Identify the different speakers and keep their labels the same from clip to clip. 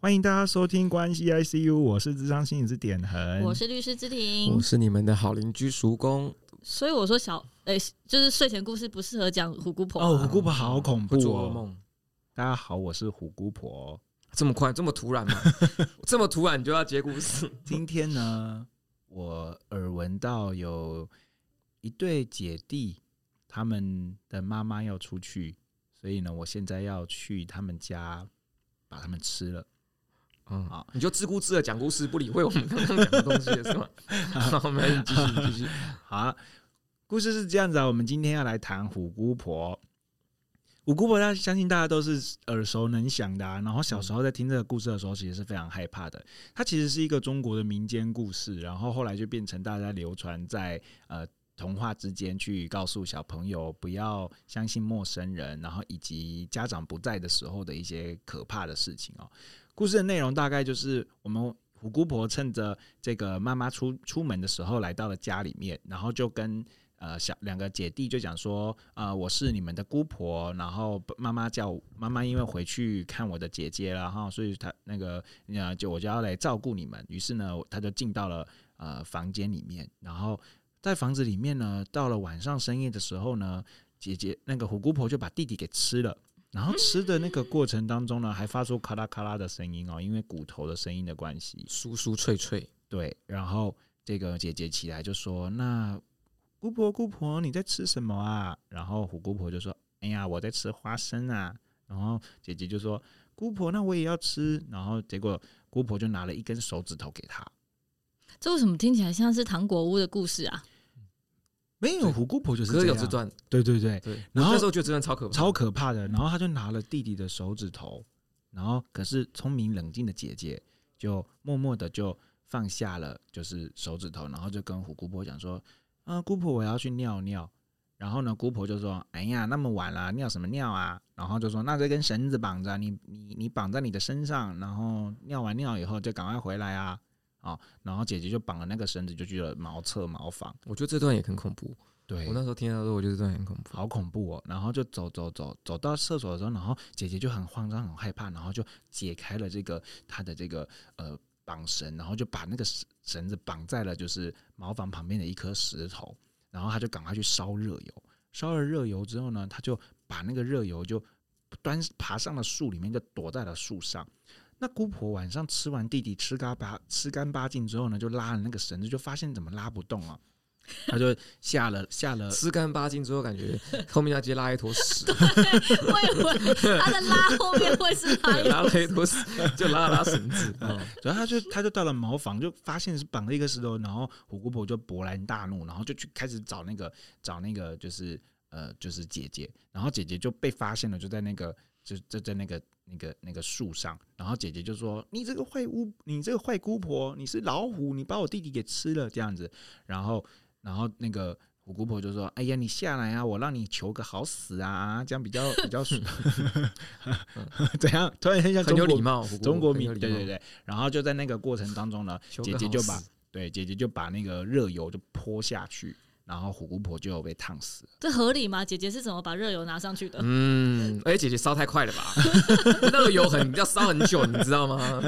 Speaker 1: 欢迎大家收听关系 ICU，我是智商心理师点恒，
Speaker 2: 我是律师之
Speaker 3: 我
Speaker 2: 庭，
Speaker 3: 是你们的好邻居叔公，
Speaker 2: 所以我说小诶、就是睡前故事不适合讲虎姑婆。
Speaker 1: 哦，虎姑婆好恐
Speaker 3: 不
Speaker 1: 怖
Speaker 3: 做噩
Speaker 1: 哦！
Speaker 3: 梦，
Speaker 1: 大家好，我是虎姑婆。
Speaker 3: 这么快，这么突然吗？ 这么突然就要接故事？
Speaker 1: 今天呢，我耳闻到有一对姐弟，他们的妈妈要出去，所以呢，我现在要去他们家把他们吃了。
Speaker 3: 嗯
Speaker 1: 好，
Speaker 3: 你就自顾自的讲故事，不理会我们刚刚讲的东西了，是吗？好，没关系，你继续，你继续。
Speaker 1: 好，故事是这样子啊，我们今天要来谈虎姑婆。虎姑婆，大家相信大家都是耳熟能详的、啊。然后小时候在听这个故事的时候，其实是非常害怕的。它其实是一个中国的民间故事，然后后来就变成大家流传在呃童话之间，去告诉小朋友不要相信陌生人，然后以及家长不在的时候的一些可怕的事情哦。故事的内容大概就是我们虎姑婆趁着这个妈妈出出门的时候来到了家里面，然后就跟呃小两个姐弟就讲说，呃我是你们的姑婆，然后妈妈叫我妈妈因为回去看我的姐姐了哈，所以她那个呃就我就要来照顾你们，于是呢她就进到了呃房间里面，然后在房子里面呢，到了晚上深夜的时候呢，姐姐那个虎姑婆就把弟弟给吃了。然后吃的那个过程当中呢，还发出咔啦咔啦的声音哦，因为骨头的声音的关系。
Speaker 3: 酥酥脆脆，
Speaker 1: 对，然后这个姐姐起来就说：“那姑婆姑婆你在吃什么啊？”然后虎姑婆就说：“哎呀，我在吃花生啊。”然后姐姐就说：“姑婆，那我也要吃。”然后结果姑婆就拿了一根手指头给她。
Speaker 2: 这为什么听起来像是糖果屋的故事啊？
Speaker 1: 没有，虎姑婆就是
Speaker 3: 哥
Speaker 1: 这
Speaker 3: 有
Speaker 1: 样。
Speaker 3: 这段，
Speaker 1: 对对对，
Speaker 3: 对，
Speaker 1: 然
Speaker 3: 然
Speaker 1: 后
Speaker 3: 后那时候觉得这段超可怕，
Speaker 1: 超可怕的。然后她就拿了弟弟的手指头，然后可是聪明冷静的姐姐就默默的就放下了，就是手指头，然后就跟虎姑婆讲说：“啊、姑婆，我要去尿尿。”然后呢，姑婆就说：“哎呀，那么晚了，尿什么尿啊？”然后就说：“那这根绳子绑着，你你你绑在你的身上，然后尿完尿以后就赶快回来啊！”哦，然后姐姐就绑了那个绳子，就去了茅厕茅房。
Speaker 3: 我觉得这段也很恐怖。
Speaker 1: 对
Speaker 3: 我那时候听到的时候，我觉得这段也很恐怖。
Speaker 1: 好恐怖哦！然后就走走走走到厕所的时候，然后姐姐就很慌张、很害怕，然后就解开了这个她的这个呃绑绳，然后就把那个绳绳子绑在了就是茅房旁边的一颗石头，然后她就赶快去烧热油。烧了热油之后呢，她就把那个热油就端爬上了树里面，就躲在了树上。那姑婆晚上吃完弟弟吃干巴吃干巴净之后呢，就拉了那个绳子，就发现怎么拉不动啊，她就下了下了
Speaker 3: 吃干八斤之后，感觉后面要接拉一坨屎，
Speaker 2: 我以为他的拉后面会是他
Speaker 3: 拉了一坨屎，就拉拉绳子。嗯
Speaker 1: 然后他就他就到了茅房，就发现是绑了一个石头，然后虎姑婆就勃然大怒，然后就去开始找那个找那个就是呃就是姐姐，然后姐姐就被发现了，就在那个就就在那个那个那个树上，然后姐姐就说：“你这个坏巫，你这个坏姑婆，你是老虎，你把我弟弟给吃了。”这样子，然后然后那个。虎姑婆就说：“哎呀，你下来啊，我让你求个好死啊，这样比较比较 怎样？突然很像
Speaker 3: 很
Speaker 1: 中
Speaker 3: 有
Speaker 1: 国
Speaker 3: 礼貌，虎姑
Speaker 1: 中国
Speaker 3: 很
Speaker 1: 民
Speaker 3: 有礼
Speaker 1: 对
Speaker 3: 貌
Speaker 1: 对，对，然后就在那个过程当中呢，
Speaker 3: 求
Speaker 1: 姐
Speaker 3: 个
Speaker 1: 姐
Speaker 3: 好
Speaker 1: 就
Speaker 3: 死
Speaker 1: 把对姐姐就把那个热油就泼下去，然后虎姑婆就有被烫死了。
Speaker 2: 这合理吗？姐姐是怎么把热油拿上 去的？
Speaker 3: 嗯，而且姐姐烧太快了吧？那个油很要烧很久，你知道吗？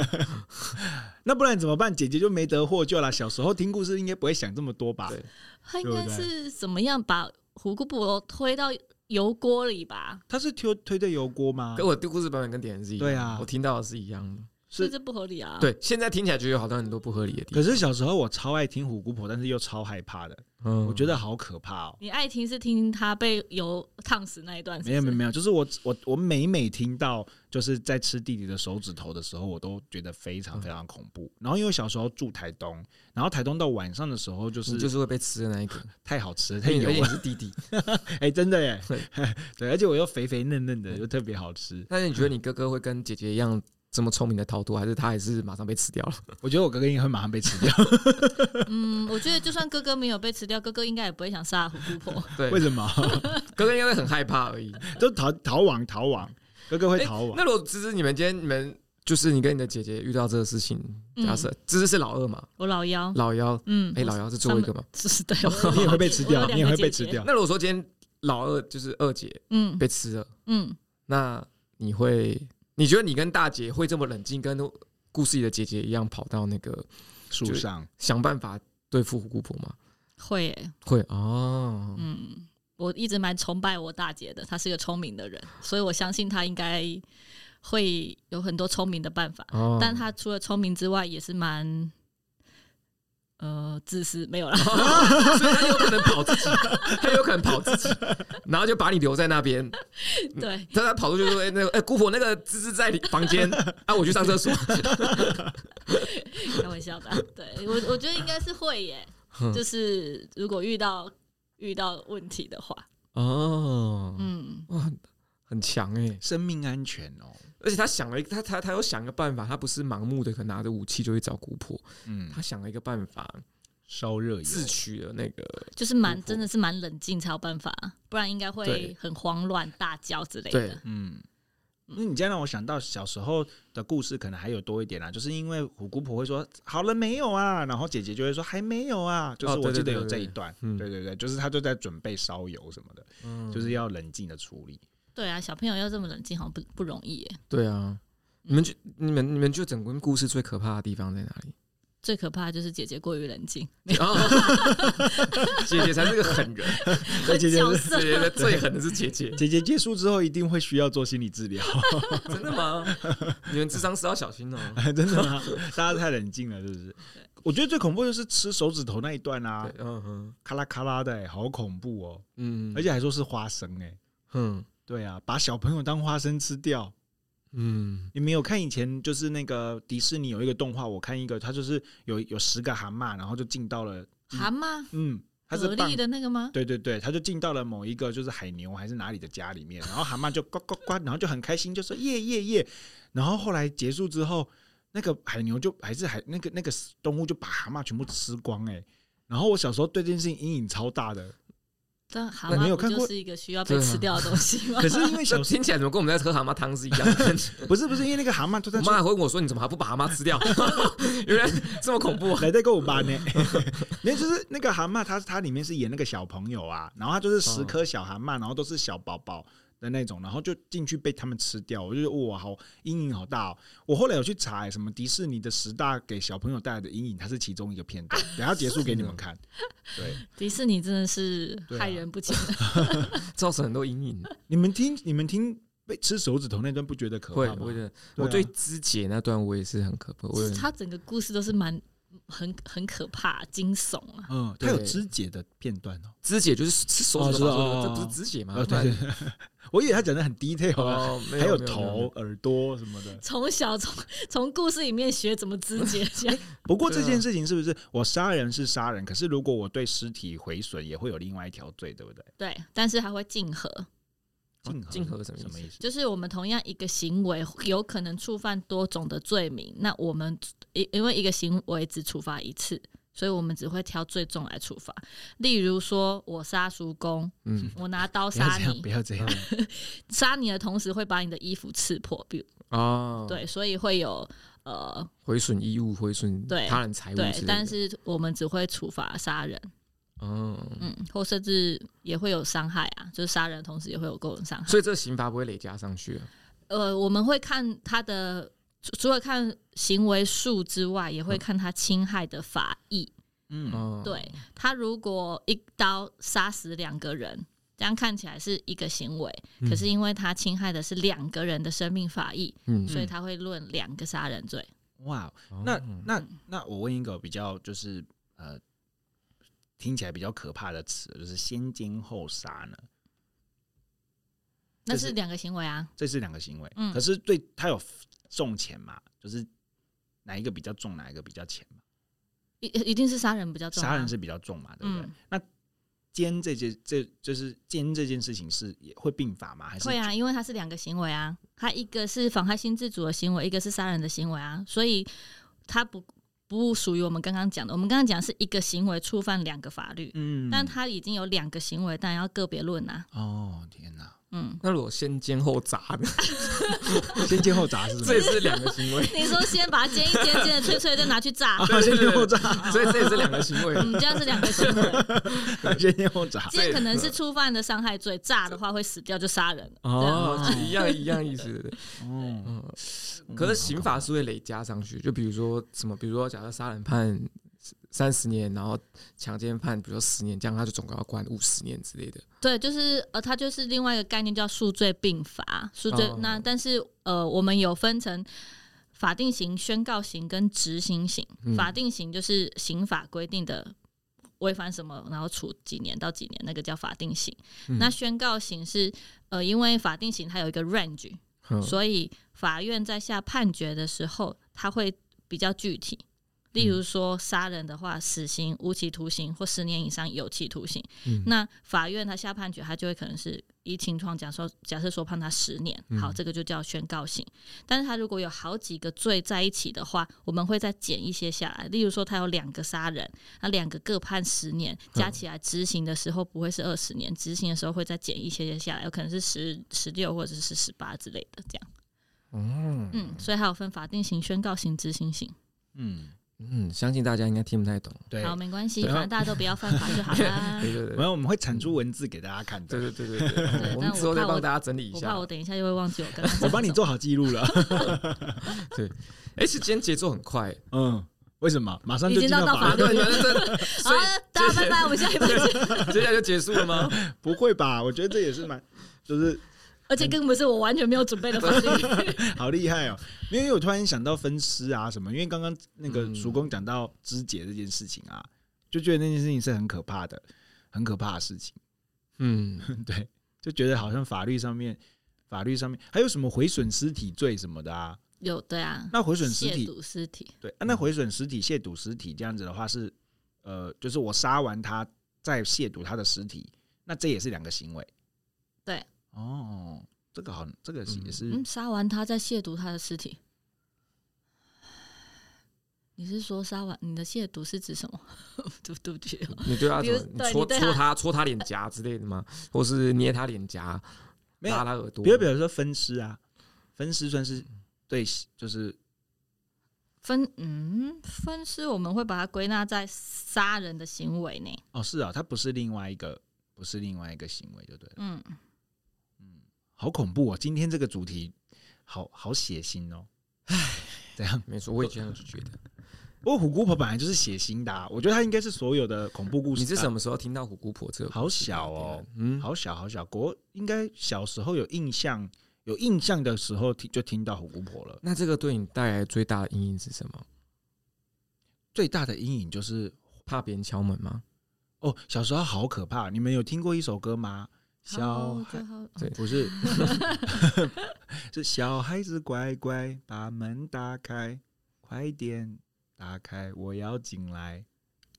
Speaker 1: 那不然怎么办？姐姐就没得获救啦。小时候听故事应该不会想这么多吧？
Speaker 3: 对
Speaker 2: 他应
Speaker 1: 对
Speaker 2: 该
Speaker 1: 不对
Speaker 2: 是怎么样把虎姑婆推到油锅里吧？
Speaker 1: 她是推推的油锅吗
Speaker 3: 跟？我的故事版本跟点人是一样，
Speaker 1: 对啊
Speaker 3: 我听到的是一样的。
Speaker 2: 所以
Speaker 1: 是。
Speaker 2: 这不合理啊！，
Speaker 3: 对，现在听起来就有好多很多不合理的地
Speaker 1: 可
Speaker 3: 方。
Speaker 1: 是小时候我超爱听虎姑婆，但是又超害怕的，
Speaker 3: 嗯
Speaker 1: 我觉得好可怕哦。
Speaker 2: 你爱听是听她被油烫死那一段
Speaker 1: 没有没有
Speaker 2: 有，
Speaker 1: 没有，就是我我我每每听到就是在吃弟弟的手指头的时候，我都觉得非
Speaker 3: 嗯
Speaker 1: 常非常恐怖。然后因为小时候住台东，然后台东到晚上的时候就是
Speaker 3: 你嗯就是会被吃的那一个，
Speaker 1: 太好吃了，太
Speaker 3: 而且
Speaker 1: 油
Speaker 3: 而且
Speaker 1: 了
Speaker 3: 你，是弟弟，
Speaker 1: 哎、真的耶， 对，而且我又肥肥嫩嫩的，又特别好吃。
Speaker 3: 但是你觉得你哥哥会跟姐姐一样这么聪明的逃脱，还是他还是马上被吃掉了？
Speaker 1: 我觉得我哥哥应该会马上被吃掉，
Speaker 2: 嗯，我觉得就算哥哥没有被吃掉，哥哥应该也不会想杀虎姑婆。
Speaker 3: 对，
Speaker 1: 为什么？
Speaker 3: 哥哥应该会很害怕而已。
Speaker 1: 都逃逃亡逃亡，哥哥会逃亡。
Speaker 3: 那如果芝芝，你们今天你们就是你跟你的姐姐遇到这个事情，
Speaker 2: 嗯
Speaker 3: 假设芝芝是老二嘛，
Speaker 2: 我老幺，
Speaker 3: 老幺，
Speaker 2: 嗯，
Speaker 3: 哎，
Speaker 2: 我
Speaker 3: 老幺是最后一个嘛？
Speaker 2: 是是对，我
Speaker 1: 你也会被吃掉
Speaker 2: 我有两，个
Speaker 1: 你也会被
Speaker 2: 姐姐
Speaker 1: 吃掉。
Speaker 3: 那如果说今天老二就是二姐
Speaker 2: 嗯
Speaker 3: 被吃了，
Speaker 2: 嗯，
Speaker 3: 那你会？你觉得你跟大姐会这么冷静，跟故事里的姐姐一样跑到那个
Speaker 1: 树上，
Speaker 3: 想办法对付虎姑婆吗？
Speaker 2: 会、欸，
Speaker 3: 会哦，
Speaker 2: 嗯，我一直蛮崇拜我大姐的，她是个聪明的人，所以我相信她应该会有很多聪明的办法。
Speaker 3: 哦
Speaker 2: 但她除了聪明之外，也是蛮呃自私，没 有啦。
Speaker 3: 所以他有可能跑自己，他有可能跑自己，然后就把你留在那边。
Speaker 2: 对，
Speaker 3: 他他跑出去说：“哎、那个，哎、姑婆那个芝芝在房 间啊，我去上厕所。
Speaker 2: 开玩笑的啊。对我，我觉得应该是会耶、
Speaker 1: 嗯
Speaker 3: 哼
Speaker 2: 就是如果遇到遇到问题的话，”
Speaker 3: 哦，
Speaker 2: 嗯，
Speaker 3: 哇，很强哎、
Speaker 1: 生命安全哦。
Speaker 3: 而且他想了一个，他他他有想一个办法，他不是盲目的，可能拿着武器就去找姑婆，
Speaker 1: 嗯，
Speaker 3: 他想了一个办法，
Speaker 1: 烧热油，
Speaker 3: 自取了那个
Speaker 2: 就是蛮
Speaker 3: 不
Speaker 2: 真的是蛮冷静才有办法，不然应该会
Speaker 3: 对
Speaker 2: 很慌乱、大叫之类
Speaker 3: 对
Speaker 2: 的。
Speaker 1: 嗯，那你这样让我想到小时候的故事，可能还有多一点啦，就是因为虎姑婆会说“好了没有啊”，然后姐姐就会说“还没有啊”，就是
Speaker 3: 哦
Speaker 1: 我
Speaker 3: 对
Speaker 1: 记
Speaker 3: 对
Speaker 1: 得有
Speaker 3: 对对
Speaker 1: 这一
Speaker 3: 对
Speaker 1: 段，
Speaker 3: 嗯
Speaker 1: 对对对，就是她就在准备烧油什么的，就是要冷静的处理。
Speaker 2: 对啊，小朋友要这么冷静，好像不不容易耶。
Speaker 3: 对啊。你们就你们你们就整个故事最可怕的地方在哪里？
Speaker 2: 最可怕的就是姐姐过于冷静，
Speaker 3: 哦、姐姐才是个狠人，
Speaker 1: 姐 姐
Speaker 2: 角
Speaker 1: 是
Speaker 2: 色
Speaker 3: 姐姐的最狠的是姐姐，
Speaker 1: 姐姐结束之后一定会需要做心理治疗，
Speaker 3: 真的吗？你们智商是要小心哦、
Speaker 1: 真的吗？大家太冷静了，是不是？我觉得最恐怖就是吃手指头那一段啊
Speaker 3: 对，，嗯哼，
Speaker 1: 咔啦咔啦的、欸，好恐怖哦、
Speaker 3: 嗯，
Speaker 1: 而且还说是花生哎、
Speaker 3: 嗯
Speaker 1: 对啊，把小朋友当花生吃掉。
Speaker 3: 嗯
Speaker 1: 你没有看以前就是那个迪士尼有一个动画，我看一个，它就是有有十个蛤蟆，然后就进到了，
Speaker 2: 蛤蟆
Speaker 1: 嗯，它是
Speaker 2: 蛤
Speaker 1: 棒
Speaker 2: 蜊，的那个吗？
Speaker 1: 对对对，它就进到了某一个就是海牛还是哪里的家里面，然后蛤蟆就呱呱呱，然后就很开心，就说耶耶耶，然后后来结束之后，那个海牛就还是海那个那个动物就把蛤蟆全部吃光哎、欸然后我小时候对这件事情阴影超大的，
Speaker 2: 但蛤
Speaker 1: 那你有
Speaker 2: 蟆不
Speaker 1: 看过啊
Speaker 2: 就是一个需要被吃掉的东西吗
Speaker 1: 可？是因为小
Speaker 3: 这
Speaker 1: 时
Speaker 3: 听起来怎么跟我们在喝蛤蟆汤是一样 的？
Speaker 1: 候不是不是因为那个蛤蟆就在
Speaker 3: 我妈还会问我说：“你怎么还不把蛤蟆吃掉？” 原来这么恐怖 啊！
Speaker 1: 还在跟我班呢，那就是那个蛤蟆，它它里面是演那个小朋友啊，然后它就是十颗小蛤蟆，
Speaker 3: 嗯
Speaker 1: 然后都是小宝宝的那种，然后就进去被他们吃掉，我就觉得哇，好阴影好大哦。我后来有去查、什么迪士尼的十大给小朋友带来的阴影，它是其中一个片 段，等一下结束给你们看。对，
Speaker 2: 迪士尼真的是
Speaker 1: 对啊
Speaker 2: 害人不浅，
Speaker 3: 造成很多阴影。
Speaker 1: 你们听，你们听被吃手指头那段不觉得可
Speaker 3: 会
Speaker 1: 怕，吗？
Speaker 3: 我觉得
Speaker 1: 对啊
Speaker 3: 我对肢解那段我也是很可怕。我有点
Speaker 2: 他整个故事都是蛮很很可怕、惊悚啊。
Speaker 1: 嗯，它有
Speaker 3: 对
Speaker 1: 肢解的片段哦。
Speaker 3: 肢解就是吃手指
Speaker 1: 哦
Speaker 3: 头
Speaker 1: 是哦
Speaker 3: 嘛，这不是肢解吗？
Speaker 1: 哦，对对，对 我以为他讲的很 detail 啊，
Speaker 3: 啊哦，没
Speaker 1: 还有
Speaker 3: 没没没
Speaker 1: 头、耳朵什么的。
Speaker 2: 从小从从故事里面学怎么肢解，这样
Speaker 1: 不过
Speaker 3: 对
Speaker 1: 这
Speaker 3: 啊
Speaker 1: 件事情是不是我杀人是杀人，可是如果我对尸体毁损，也会有另外一条罪，对不对？
Speaker 2: 对，但是还会竞合，
Speaker 1: 竞合
Speaker 3: 竞合什么意
Speaker 1: 什
Speaker 3: 思
Speaker 1: 么意思？
Speaker 2: 就是我们同样一个行为有可能触犯多种的罪名，那我们因因为一个行为只处罚一次，所以我们只会挑最重来处罚。例如说，我杀叔公，
Speaker 3: 嗯
Speaker 2: 我拿 刀
Speaker 1: 不要
Speaker 2: 杀
Speaker 1: 这样，
Speaker 2: 你
Speaker 1: 不，要这样。
Speaker 2: 杀你的同时会把你的衣服刺破，比如
Speaker 3: 哦，，
Speaker 2: 对，所以会有呃
Speaker 3: 毁损衣物，毁损
Speaker 2: 对
Speaker 3: 他人财物之类
Speaker 2: 对
Speaker 3: 的，，
Speaker 2: 但是我们只会处罚杀人，
Speaker 3: 嗯，
Speaker 2: 嗯，或甚至也会有伤害啊，就是杀人的同时也会有构成伤害。
Speaker 3: 所以这个刑罚不会累加上去啊。
Speaker 2: 呃，我们会看他的除除了看行为数之外，也会看他侵害的法益。
Speaker 1: 嗯，
Speaker 3: 嗯，
Speaker 2: 对他如果一刀杀死两个人，这样看起来是一个行为，
Speaker 3: 嗯
Speaker 2: 可是因为他侵害的是两个人的生命法益，
Speaker 3: 嗯，
Speaker 2: 所以他会论两个杀人罪。
Speaker 1: 哇，那
Speaker 3: 哦
Speaker 1: 那那我问一个比较就是呃，听起来比较可怕的词，就是先奸后杀呢？
Speaker 2: 那
Speaker 1: 这是
Speaker 2: 是两个行为啊，
Speaker 1: 这是两个行为，
Speaker 2: 嗯
Speaker 1: 可是对他有重钱嘛？就是哪一个比较重，哪一个比较浅嘛？
Speaker 2: 一一定是杀人比较重、啊。
Speaker 1: 杀人是比较重嘛，对不对？
Speaker 2: 嗯
Speaker 1: 那奸这件这就是奸这件事情是也会并法吗？还是
Speaker 2: 会啊，因为它是两个行为啊，它一个是妨害性自主的行为，一个是杀人的行为啊，所以它不不属于我们刚刚讲的。我们刚刚讲是一个行为触犯两个法律，
Speaker 1: 嗯
Speaker 2: 但它已经有两个行为，当然要个别论啊。
Speaker 1: 哦，天哪！
Speaker 2: 嗯，
Speaker 3: 那如果先煎后炸呢？
Speaker 1: 先煎后炸是什
Speaker 3: 这也
Speaker 1: 么？
Speaker 3: 是两个行为，
Speaker 2: 你说先把它煎一煎，煎的脆脆，再拿去 炸，
Speaker 1: 啊，先煎后炸，
Speaker 3: 所以这也是两个行 为。
Speaker 2: 嗯，这样是两个行为。
Speaker 1: 先煎后炸。
Speaker 2: 煎可能是触犯的伤害罪，炸的话会死掉就杀人了。
Speaker 3: 哦，是一样一样意思。对对对
Speaker 1: 嗯，
Speaker 3: 嗯，可是刑法是会累加上去，就比如说什么，比如说假设杀人判三十年，然后强奸判比如说十年，这样他就总共要关五十年之类的。
Speaker 2: 对，就是呃，它就是另外一个概念叫数罪并罚，数罪、
Speaker 3: 哦
Speaker 2: 那但是呃，我们有分成法定刑、宣告刑跟执行刑。
Speaker 3: 嗯
Speaker 2: 法定刑就是刑法规定的违反什么，然后处几年到几年，那个叫法定刑。
Speaker 3: 嗯
Speaker 2: 那宣告刑是呃，因为法定刑它有一个 range，、
Speaker 3: 嗯
Speaker 2: 所以法院在下判决的时候，它会比较具体。
Speaker 3: 嗯
Speaker 2: 例如说杀人的话，死刑、无期徒刑或十年以上有期徒刑。
Speaker 3: 嗯
Speaker 2: 那法院他下判决，他就会可能是依情况假说，假设说判他十年，
Speaker 3: 嗯
Speaker 2: 好，这个就叫宣告刑。但是他如果有好几个罪在一起的话，我们会再减一些下来。例如说，他有两个杀人，那两个各判十年，
Speaker 1: 嗯
Speaker 2: 加起来执行的时候不会是二十年，执行的时候会再减一些些下来，有可能是十十六或者是十八之类的这样。
Speaker 3: 嗯
Speaker 2: 嗯，所以还有分法定刑、宣告刑、执行刑。
Speaker 1: 嗯，
Speaker 3: 嗯，相信大家应该听不太懂。
Speaker 1: 对。
Speaker 2: 好，没关系，
Speaker 1: 对啊
Speaker 2: 反正大家都不要犯法就好 啦。
Speaker 3: 对对对
Speaker 1: 没有，我们会产出文字给大家看的。
Speaker 3: 对对对对 对，我们之后再帮大家整理一
Speaker 2: 我
Speaker 3: 下
Speaker 2: 怕。我等一下又会忘记我刚刚。
Speaker 1: 我帮你。做好记录 了。
Speaker 3: 哎，其实今天节奏很 快，啊
Speaker 1: 嗯，为什么？马上
Speaker 2: 已
Speaker 1: 就
Speaker 2: 经
Speaker 1: 进
Speaker 2: 到到
Speaker 1: 法
Speaker 2: 法
Speaker 1: 律？
Speaker 2: 律
Speaker 3: 对，这
Speaker 2: 好，大家拜拜，我们下礼拜 见。
Speaker 3: 接下来就结束了吗？
Speaker 1: 不会吧？我觉得这也是蛮，就是
Speaker 2: 而且根本是我完全没有准备的法律。
Speaker 1: 好厉害哦。因为我突然想到分尸啊什么，因为刚刚那个
Speaker 3: 嗯
Speaker 1: 叔公讲到肢解这件事情啊，就觉得那件事情是很可怕的，很可怕的事情。
Speaker 3: 嗯，
Speaker 1: 对，就觉得好像法律上面，法律上面还有什么毁损尸体罪什么的啊？
Speaker 2: 有对啊，
Speaker 1: 那毁损尸体
Speaker 2: 亵渎嗯尸体，
Speaker 1: 对，啊、那毁损尸体、亵渎尸体这样子的话是，呃，就是我杀完他再亵渎他的尸体，那这也是两个行为。
Speaker 2: 对，
Speaker 1: 哦，这个好，这个
Speaker 3: 嗯
Speaker 1: 也是，
Speaker 2: 嗯，杀完他再亵渎他的尸体。你是说杀完你的亵渎是指什么？ 对对不起，
Speaker 3: 你对他
Speaker 2: 比
Speaker 3: 怎
Speaker 2: 如
Speaker 3: 么？你
Speaker 2: 对
Speaker 3: 戳
Speaker 2: 你对他
Speaker 3: 戳他戳他脸颊之类的吗？或是捏他脸颊，
Speaker 1: 没有
Speaker 3: 拉他耳朵？
Speaker 1: 比如比如说分尸啊，分尸算是对，就是
Speaker 2: 分嗯分尸，我们会把它归纳在杀人的行为内。
Speaker 1: 哦，是啊、它不是另外一个，不是另外一个行为就对了。
Speaker 2: 嗯，
Speaker 1: 嗯，好恐怖哦！今天这个主题好好血腥哦。唉，怎样？
Speaker 3: 没错，我也这样觉得。
Speaker 1: 不过虎姑婆本来就是血腥的、啊，我觉得它应该是所有的恐怖故事。
Speaker 3: 你是什么时候听到虎姑婆这个？
Speaker 1: 好小哦，
Speaker 3: 嗯，
Speaker 1: 好小好小，国应该小时候有印象，有印象的时候听就听到虎姑婆了。
Speaker 3: 那这个对你带来最大的阴影是什么？
Speaker 1: 最大的阴影就是
Speaker 3: 怕别人敲门吗？
Speaker 1: 哦，小时候好可怕。你们有听过一首歌
Speaker 2: 哦
Speaker 1: 吗？小
Speaker 2: 好，
Speaker 1: 孩
Speaker 2: 就好。
Speaker 3: 对
Speaker 1: 不 是， 是小孩子乖乖把门打开，快点打开，我要进来。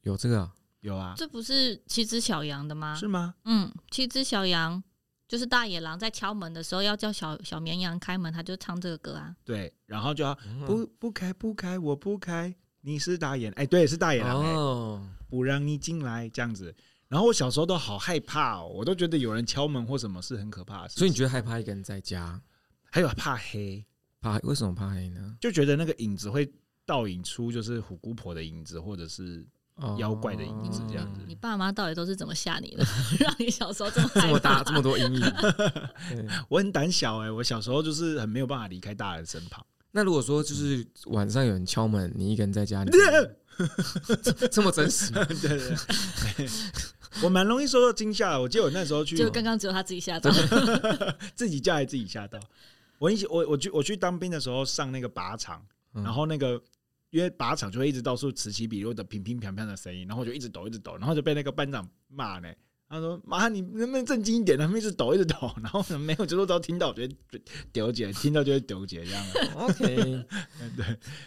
Speaker 3: 有这个啊？
Speaker 1: 有啊，
Speaker 2: 这不是七只小羊的吗？
Speaker 1: 是吗？
Speaker 2: 嗯，七只小羊就是大野狼在敲门的时候要叫小小绵羊开门，他就唱这个歌啊。
Speaker 1: 对，然后就要
Speaker 3: 不
Speaker 1: 不不开不开，我不开，你是大眼哎，对，是大野狼哎、
Speaker 3: 哦，
Speaker 1: 不让你进来这样子。然后我小时候都好害怕哦，我都觉得有人敲门或什么是很可怕的事情。
Speaker 3: 所以你觉得害怕一个人在家？
Speaker 1: 还有怕黑，
Speaker 3: 怕为什么怕黑呢？
Speaker 1: 就觉得那个影子会倒影出就是虎姑婆的影子，或者是
Speaker 3: 哦
Speaker 1: 妖怪的影子这样子
Speaker 2: 你爸妈到底都是怎么吓你的， 让你小时 候这么害
Speaker 3: 这
Speaker 2: 怕？
Speaker 3: 么大这么多阴影。对
Speaker 1: 我很胆小哎、我小时候就是很没有办法离开大人身 旁。
Speaker 3: 那如果说就是晚上有人敲门，你一个人在 家，你这这么真实吗？
Speaker 1: 对对对， 我蛮容易受到惊吓的。我记得我那时候去
Speaker 2: 就刚刚只有他自己吓到。
Speaker 1: 自己叫还自己吓到。我一我我去我去当兵的时候上那个靶场，
Speaker 3: 嗯
Speaker 1: 然后那个因为靶场就会一直到处此起彼落的乒乒乓乓的声音，然后我就一直抖一直抖，然后就被那个班长骂呢。他说：“妈，你能不能正经一点？他们一直抖一直抖，然后没有，就是我只要听到，我觉得丢姐，听到就会丢姐这样。
Speaker 3: OK，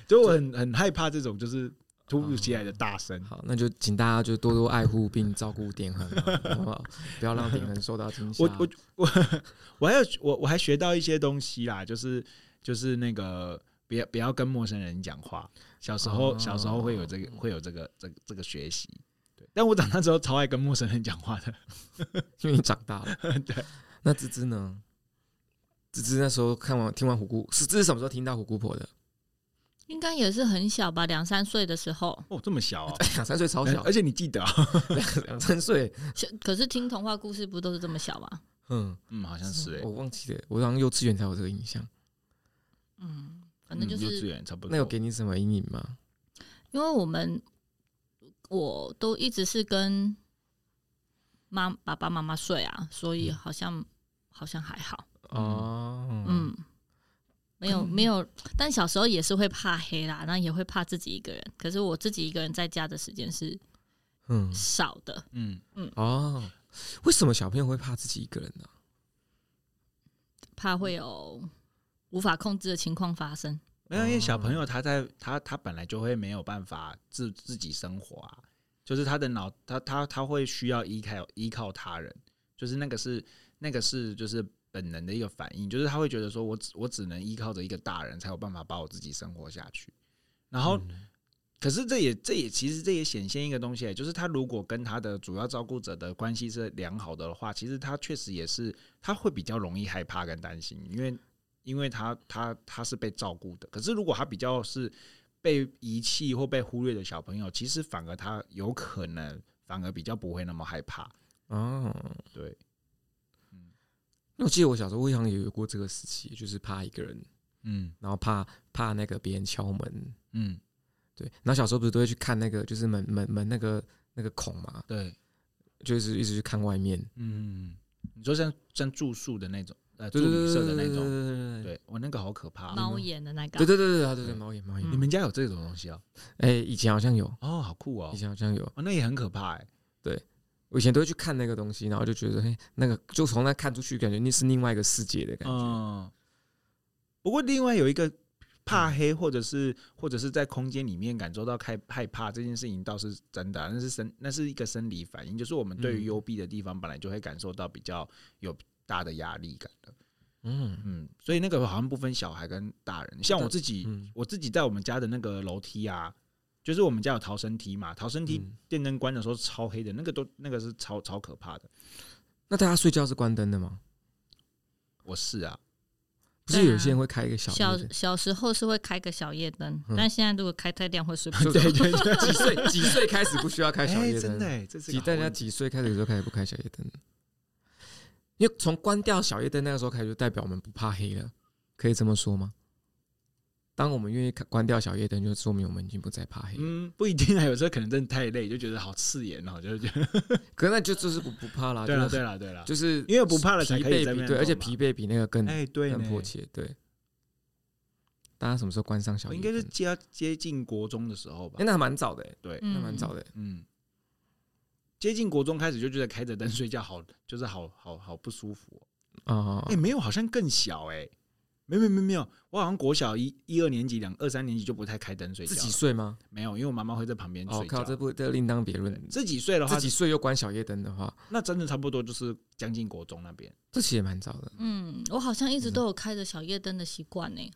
Speaker 1: 所以我很很害怕这种就是突如其来的大声。
Speaker 3: 好，那就请大家就多多爱护并照顾点恒啊，好不 好？不要让点恒受到惊吓。
Speaker 1: 我我我我还有我我还学到一些东西啦，就是就是那个不要不要跟陌生人讲话。小时候、
Speaker 3: 哦
Speaker 1: 小时候会有这个会有这个这个这个学习，对。但我长大之后超爱跟陌生人讲话的，
Speaker 3: 因为你长大了。对。那芝芝呢？芝芝那时候看完听完虎姑是芝芝什么时候听到虎姑婆的？
Speaker 2: 应该也是很小吧，两三岁的时候，
Speaker 1: 哦，这么小哦，
Speaker 3: 两三岁超小，
Speaker 1: 而且你记得啊？
Speaker 3: 两三岁，
Speaker 2: 小可是听童话故事不都是这么小吗？
Speaker 3: 嗯，
Speaker 1: 嗯，好像是哎
Speaker 3: 我，忘记了，我好像幼稚园才有这个印象。
Speaker 2: 嗯，反正就
Speaker 1: 嗯幼稚
Speaker 2: 是
Speaker 1: 园差不多。
Speaker 3: 那有给你什么阴影吗？
Speaker 2: 因为我们我都一直是跟妈爸爸妈妈睡啊，所
Speaker 1: 嗯
Speaker 2: 以好像好像还好，
Speaker 3: 哦，
Speaker 2: 嗯，没有没有，但小时候也是会怕黑啦，那也会怕自己一个人。可是我自己一个人在家的时间是
Speaker 3: 嗯，
Speaker 2: 少的，
Speaker 1: 嗯，
Speaker 3: 哦，为什么小朋友会怕自己一个人呢、
Speaker 2: 怕会有无法控制的情况发生。
Speaker 1: 没有，因为小朋友他在他他本来就会没有办法自自己生活啊，就是他的脑他他他会需要依靠依靠他人，就是那个是那个是就是本能的一个反应，就是他会觉得说我只我只能依靠着一个大人才有办法把我自己生活下去，然后可是这也这也其实这也显现一个东西，就是他如果跟他的主要照顾者的关系是良好的话，其实他确实也是他会比较容易害怕跟担心，因为因为他他他是被照顾的。可是如果他比较是被遗弃或被忽略的小朋友，其实反而他有可能反而比较不会那么害怕。
Speaker 3: 哦，
Speaker 1: 对，
Speaker 3: 因为我记得我小时候，我好像也有过这个时期，就是怕一个人，
Speaker 1: 嗯
Speaker 3: 然后怕怕那个别人敲门，
Speaker 1: 嗯，
Speaker 3: 对，然后小时候不是都会去看那个，就是门门门那个那个孔嘛，
Speaker 1: 对，
Speaker 3: 就是一直去看外面，
Speaker 1: 嗯，你说像像住宿的那种，呃，住
Speaker 3: 对对
Speaker 1: 旅
Speaker 3: 对
Speaker 1: 社的
Speaker 3: 对对
Speaker 1: 那种，
Speaker 3: 对对
Speaker 1: 对我那个好可怕啊、
Speaker 2: 猫眼的那个啊，
Speaker 3: 对对对对对对，猫眼猫
Speaker 1: 你
Speaker 3: 眼，
Speaker 1: 们家有这种东西哦？
Speaker 3: 哎，以前好像有，
Speaker 1: 哦，好酷哦
Speaker 3: 以！前好像有，
Speaker 1: 哦，那也很可怕哎。
Speaker 3: 我以前都会去看那个东西，然后就觉得，嘿，那个就从那看出去，感觉那是另外一个世界的感觉，
Speaker 1: 嗯，不过另外有一个怕黑，或者是或者是在空间里面感受到害害怕这件事情倒是真的啊、那是生那是一个生理反应，就是我们对于
Speaker 3: 嗯
Speaker 1: 幽闭的地方本来就会感受到比较有大的压力感的。
Speaker 3: 嗯
Speaker 1: 嗯，所以那个好像不分小孩跟大人，像我自己，
Speaker 3: 嗯
Speaker 1: 我自己在我们家的那个楼梯啊。就是我们家有逃生梯嘛，逃生梯
Speaker 3: 嗯
Speaker 1: 电灯关的时候超黑的，那个都那个是超超可怕的。
Speaker 3: 那大家睡觉是关灯的吗？
Speaker 1: 我是啊，
Speaker 3: 不是有些人会开一个小
Speaker 2: 小
Speaker 3: 夜灯
Speaker 2: 小时候是会开个小夜灯，
Speaker 3: 嗯
Speaker 2: 但现在如果开太亮会睡不着。
Speaker 3: 对对对，
Speaker 1: 啊
Speaker 3: 几岁几岁开始不需要开小夜
Speaker 1: 真
Speaker 3: 灯
Speaker 1: 的、？欸，这是
Speaker 3: 几
Speaker 1: 个好
Speaker 3: 大家
Speaker 1: 问题
Speaker 3: 几岁开始就开始不开小夜灯？因为从关掉小夜灯那个时候开始，就代表我们不怕黑了，可以这么说吗？当我们愿意开关掉小夜灯，就说明我们已经不再怕黑了。
Speaker 1: 嗯，不一定啊，有时候可能真的太累，就觉得好刺眼哦，就是觉得
Speaker 3: 可是那就就是不不怕啦，
Speaker 1: 对了
Speaker 3: 就是
Speaker 1: 对了对了，
Speaker 3: 啊就是
Speaker 1: 因为不怕了才
Speaker 3: 疲
Speaker 1: 可以
Speaker 3: 惫
Speaker 1: 在那
Speaker 3: 比
Speaker 1: 边
Speaker 3: 对，而且
Speaker 1: 走嘛
Speaker 3: 疲惫比那个更
Speaker 1: 哎对
Speaker 3: 更
Speaker 1: 呢，
Speaker 3: 迫切。对，大家什么时候关上小
Speaker 1: 我
Speaker 3: 夜
Speaker 1: 应
Speaker 3: 灯
Speaker 1: 该？是接接近国中的时候吧
Speaker 3: 哎，，那还蛮早的欸，
Speaker 1: 对，
Speaker 3: 那
Speaker 2: 嗯
Speaker 3: 蛮早的欸。
Speaker 1: 嗯，接近国中开始就觉得开着灯睡觉好，就是好好好不舒服哦。
Speaker 3: 哦
Speaker 1: 哎，，没有，好像更小哎，没有没有没有没有，我好像国小一一二年级、两二三年级就不太开灯睡
Speaker 3: 自
Speaker 1: 觉
Speaker 3: 己
Speaker 1: 了，
Speaker 3: 睡吗？
Speaker 1: 没有，因为我妈妈会在旁边
Speaker 3: 哦
Speaker 1: 睡，觉
Speaker 3: 靠，。这不这另当别论
Speaker 1: 对。自己睡的话
Speaker 3: 自，己睡又关小夜灯的话，
Speaker 1: 那真的差不多就是将近国中那边。
Speaker 3: 这其实也蛮早 的。
Speaker 2: 嗯，我好像一直都有开着小夜灯的习惯呢。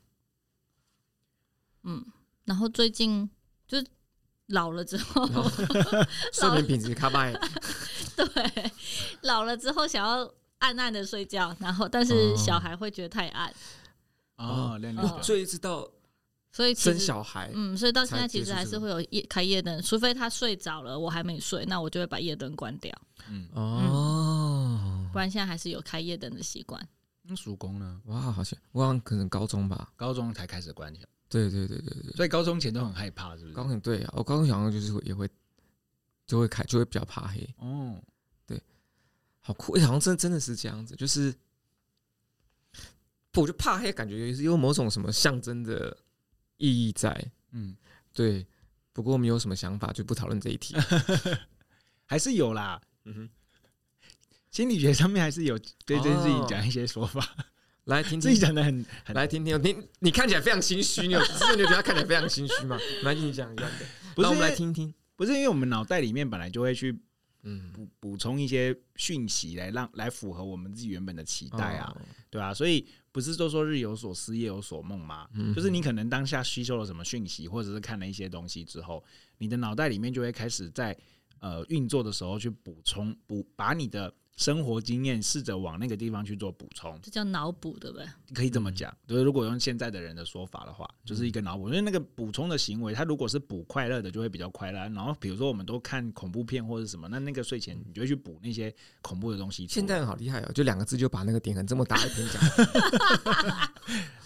Speaker 2: 嗯，然后最近就是老了之后，
Speaker 3: 然后睡眠品质卡欸拜，
Speaker 2: 对，老了之后想要暗暗的睡觉，然后但是
Speaker 3: 哦
Speaker 2: 小孩会觉得太暗，
Speaker 1: 哦，亮亮
Speaker 2: 哦
Speaker 1: 的，
Speaker 3: 所以一直到
Speaker 2: 所以其
Speaker 3: 生
Speaker 2: 实
Speaker 3: 小孩，
Speaker 2: 嗯，所以到现在
Speaker 3: 才接
Speaker 2: 其
Speaker 3: 触
Speaker 2: 实还
Speaker 3: 这
Speaker 2: 是
Speaker 3: 个
Speaker 2: 会有夜开夜灯，除非他睡着了，我还没睡，那我就会把夜灯关掉，
Speaker 1: 嗯，
Speaker 3: 哦，
Speaker 2: 不然现在还是有开夜灯的习惯。
Speaker 1: 那叔公呢？
Speaker 3: 哇，好像我好像可能高中吧，
Speaker 1: 高中才开始关小，
Speaker 3: 对对对对对，
Speaker 1: 所以高中前都很害怕，是不是？
Speaker 3: 高中对啊，我高中好像就是也会就会开就会比较怕黑，
Speaker 1: 哦，
Speaker 3: 好酷，诶好像真真的是这样子，就是不我就怕黑，感觉也是有某种什么象征的意义在，
Speaker 1: 嗯，
Speaker 3: 对，不过没有什么想法，就不讨论这一题，
Speaker 1: 还是有啦，
Speaker 3: 嗯哼，
Speaker 1: 心理学上面还是有对这件事情讲一些说法，
Speaker 3: 哦来听
Speaker 1: 自己
Speaker 3: 听。
Speaker 1: 讲的很很
Speaker 3: 来听听，你你看起来非常心虚，你有真的觉得他看起来非常心虚吗？来，你讲一下，
Speaker 1: 不是
Speaker 3: 那我们
Speaker 1: 因
Speaker 3: 来
Speaker 1: 为
Speaker 3: 听听，
Speaker 1: 不是因为我们脑袋里面本来就会去
Speaker 3: 嗯，
Speaker 1: 补补充一些讯息来让来符合我们自己原本的期待啊，
Speaker 3: 哦，
Speaker 1: 对啊，所以不是都说日有所思夜有所梦吗？
Speaker 3: 嗯
Speaker 1: 就是你可能当下吸收了什么讯息，或者是看了一些东西之后，你的脑袋里面就会开始在呃运作的时候去补充补把你的生活经验，试着往那个地方去做补充，
Speaker 2: 这叫脑补，对不对？
Speaker 1: 可以这么讲。就是如果用现在的人的说法的
Speaker 3: 嗯
Speaker 1: 话，就是一个脑补，因为那个补充的行为，他如果是补快乐的，就会比较快乐。然后比如说我们都看恐怖片或者什么，那那个睡前你就会去补那些恐怖的东西出来。
Speaker 3: 现代人好厉害哦，就两个字就把那个点很这么大一篇讲。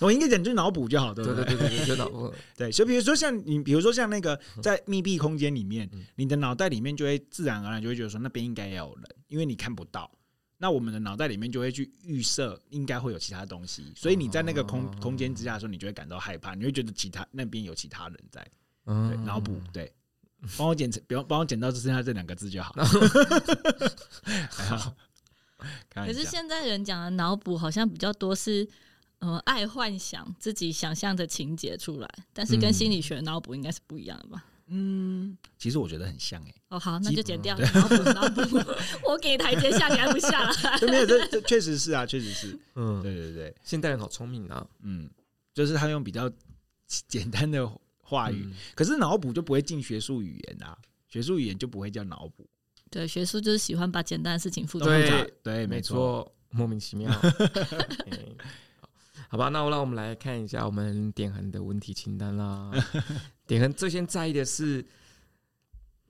Speaker 1: 我应该讲就是脑补就好，对
Speaker 3: 对
Speaker 1: 不
Speaker 3: 对对对对，就脑部
Speaker 1: 对，所以比如说像你，比如说像那个在密闭空间里面，
Speaker 3: 嗯
Speaker 1: 你的脑袋里面就会自然而然就会觉得说那边应该也有人，因为你看不到。那我们的脑袋里面就会去预设应该会有其他东西，所以你在那个空、
Speaker 3: 哦
Speaker 1: 空间之下的时候，你就会感到害怕，你会觉得其他那边有其他人在，对，
Speaker 3: 嗯
Speaker 1: 脑补、对。帮我剪成，不要帮我剪到只剩下这两个字就好。还好开
Speaker 2: 可
Speaker 1: 玩
Speaker 2: 是
Speaker 1: 笑
Speaker 2: 现在人讲的脑补好像比较多是，呃，爱幻想自己想象的情节出来，但是跟
Speaker 3: 嗯
Speaker 2: 心理学脑补应该是不一样的吧？
Speaker 1: 嗯，其实我觉得很像哎、
Speaker 2: 哦，好，
Speaker 1: 基
Speaker 2: 那就剪掉脑补脑补， 我给你台阶下，你还不下来？
Speaker 1: 欸，没有这这确实是啊，确实是，对
Speaker 3: 嗯，
Speaker 1: 对对。
Speaker 3: 现代人好聪明啊，
Speaker 1: 嗯，就是他用比较简单的话语，
Speaker 3: 嗯
Speaker 1: 可是脑补就不会进学术语言啊，学术语言就不会叫脑补，
Speaker 2: 对，学术就是喜欢把简单的事情复杂
Speaker 3: 对
Speaker 1: 都复杂对，没
Speaker 3: 哎没
Speaker 1: 错，
Speaker 3: 错，莫名 其妙。嗯好吧，那让我们来看一下我们点恒的问题清 单啦。点恒最先在意的是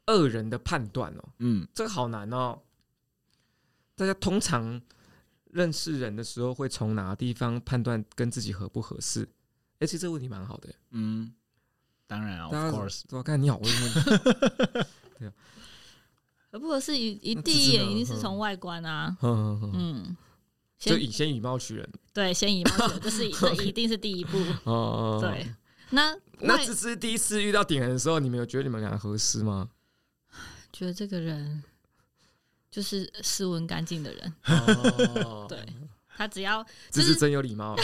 Speaker 3: 恶人的判断哦，
Speaker 1: 嗯，
Speaker 3: 这个好难哦。大家通常认识人的时候，会从哪个地方判断跟自己合不合适？而且这个问题蛮好的，
Speaker 1: 嗯，当然啊
Speaker 3: 大家
Speaker 1: ，of course，
Speaker 3: 我看你好 会问，
Speaker 2: 合不合适？一一
Speaker 3: 那
Speaker 2: 第
Speaker 3: 只
Speaker 2: 一
Speaker 3: 是
Speaker 2: 眼
Speaker 3: 呢
Speaker 2: 一定是
Speaker 3: 嗯
Speaker 2: 从外观啊，
Speaker 3: 嗯嗯嗯
Speaker 2: 嗯，
Speaker 3: 就
Speaker 2: 先
Speaker 3: 以先以貌取人
Speaker 2: 对，先以貌取人，这 是这一定是第一步，
Speaker 3: 哦哦。哦
Speaker 2: 对。那
Speaker 3: 那
Speaker 2: 外
Speaker 3: 芝芝第一次遇到点人的时候，你们有觉得你们俩合适吗？
Speaker 2: 觉得这个人就是斯文干净的人，
Speaker 3: 哦
Speaker 2: 对他只要
Speaker 3: 芝
Speaker 2: 就
Speaker 3: 芝
Speaker 2: 是
Speaker 3: 真有礼貌。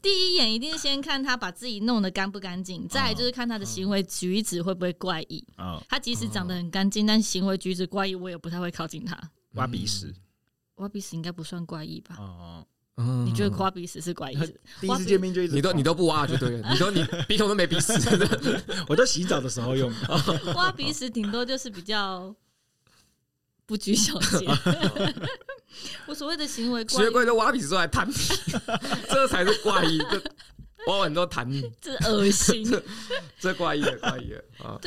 Speaker 2: 第一眼一定先看他把自己弄得干不干净，再来就是看他的行为举止会不会怪异。
Speaker 1: 嗯，
Speaker 2: 他即使长得很干净，但行为举止怪异，我也不太会靠近他。
Speaker 1: 挖鼻屎，
Speaker 2: 挖鼻屎应该不算怪异吧？
Speaker 1: 哦，
Speaker 3: 嗯
Speaker 2: 你觉得挖鼻屎是怪异的？
Speaker 1: 第一
Speaker 2: 挖
Speaker 1: 次
Speaker 2: 鼻
Speaker 1: 见面就一直哦
Speaker 3: 你都你
Speaker 1: 都，
Speaker 3: 都不挖就对了，你都你鼻孔都没 鼻屎，
Speaker 1: 我都洗澡的时候用，
Speaker 2: 挖鼻屎顶多就是比较不拘小节，我所谓的行为怪
Speaker 3: 学
Speaker 2: 异，
Speaker 3: 会都挖鼻屎出来弹皮， 这才是怪异。这挖完都弹你，
Speaker 2: 这恶心。
Speaker 3: 这怪异了，怪异了啊！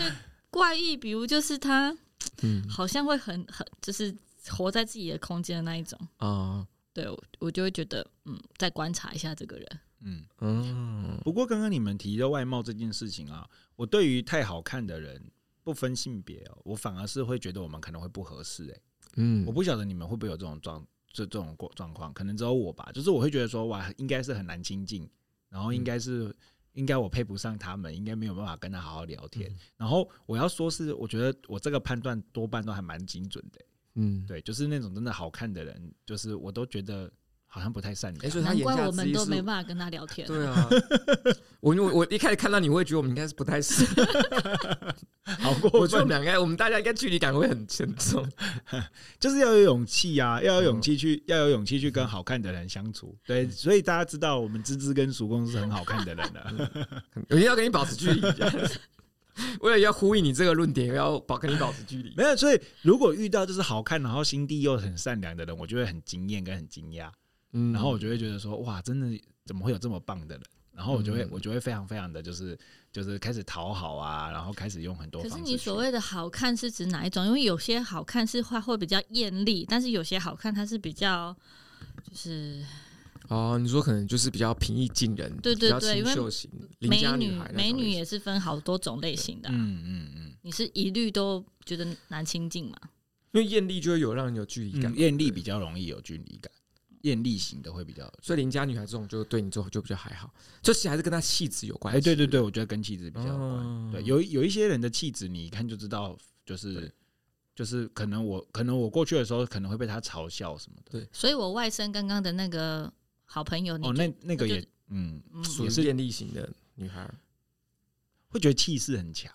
Speaker 2: 怪异，比如就是他
Speaker 3: 嗯
Speaker 2: 好像会很很就是活在自己的空间的那一种。
Speaker 3: 啊
Speaker 2: 对我，我就会觉得，嗯，再观察一下这个人。
Speaker 1: 嗯。
Speaker 3: 嗯
Speaker 1: 不过刚刚你们提到外貌这件事情啊，我对于太好看的人。不分性别哦，我反而是会觉得我们可能会不合适哎、
Speaker 3: 嗯
Speaker 1: 我不晓得你们会不会有这种状这这种过状况，可能只有我吧。就是我会觉得说，哇，应该是很难亲近，然后应该是、
Speaker 3: 嗯
Speaker 1: 应该我配不上他们，应该没有办法跟他好好聊天。
Speaker 3: 嗯
Speaker 1: 然后我要说是，我觉得我这个判断多半都还蛮精准的、
Speaker 3: 嗯，
Speaker 1: 对，就是那种真的好看的人，就是我都觉得好像不太善
Speaker 3: 哎，
Speaker 1: 良。
Speaker 3: 所以他
Speaker 2: 难
Speaker 3: 言
Speaker 2: 怪
Speaker 3: 下
Speaker 2: 我
Speaker 3: 之
Speaker 2: 们
Speaker 3: 意
Speaker 2: 都没
Speaker 3: 是，
Speaker 2: 办法跟他聊天、
Speaker 3: 对啊。我我我一开始看到你，我也觉得我们应该是不太适合，
Speaker 1: 好过
Speaker 3: 我觉得
Speaker 1: 分
Speaker 3: 我们，两个，我们大家应该距离感会很沉重。
Speaker 1: 就是要有勇气啊，要有勇气
Speaker 3: 嗯
Speaker 1: 去，要有勇气去跟好看的人相处。对，所以大家知道我们芝芝跟叔公是很好看的人 了。
Speaker 3: 我一定要跟你保持距离。 为了要呼应你这个论点，要保跟你保持距离。
Speaker 1: 没有，所以如果遇到就是好看，然后心地又很善良的人，我就会很惊艳跟很惊讶，
Speaker 3: 嗯
Speaker 1: 然后我就会觉得说，哇，真的怎么会有这么棒的人？然后我就会，
Speaker 3: 嗯
Speaker 1: 我就会非常非常的就是就是开始讨好啊，然后开始用很多
Speaker 2: 可
Speaker 1: 方式去。
Speaker 2: 是你所谓的好看是指哪一种？因为有些好看是话会比较艳丽，但是有些好看它是比较，就是
Speaker 3: 哦，你说可能就是比较平易近人，
Speaker 2: 对对
Speaker 3: 比较
Speaker 2: 对
Speaker 3: 清
Speaker 2: 因为
Speaker 3: 秀型邻
Speaker 2: 美
Speaker 3: 家
Speaker 2: 女
Speaker 3: 孩，
Speaker 2: 美女也是分好多种类型的啊、
Speaker 1: 嗯嗯嗯
Speaker 2: 你是一律都觉得难亲近嘛？
Speaker 3: 因为艳丽就会有让人有距离感
Speaker 1: 嗯，，艳丽比较容易有距离感，艳丽型的会比较。
Speaker 3: 所以邻家女孩这种就对你之后就比较还好，这其实还是跟她气质有关
Speaker 1: 哎、
Speaker 3: 系。
Speaker 1: 对对对，我觉得跟气质比较有关。
Speaker 3: 哦
Speaker 1: 对，有有一些人的气质，你一看就知道，就是
Speaker 3: 对
Speaker 1: 就是可能我可能我过去的时候，可能会被他嘲笑什么的。
Speaker 2: 所以我外甥刚刚的那个好朋友，你
Speaker 1: 哦，
Speaker 2: 就
Speaker 1: 那那个
Speaker 2: 就
Speaker 1: 也嗯，
Speaker 2: 嗯，
Speaker 3: 属于
Speaker 1: 也是
Speaker 3: 艳丽型的女孩，
Speaker 1: 会觉得气势很强，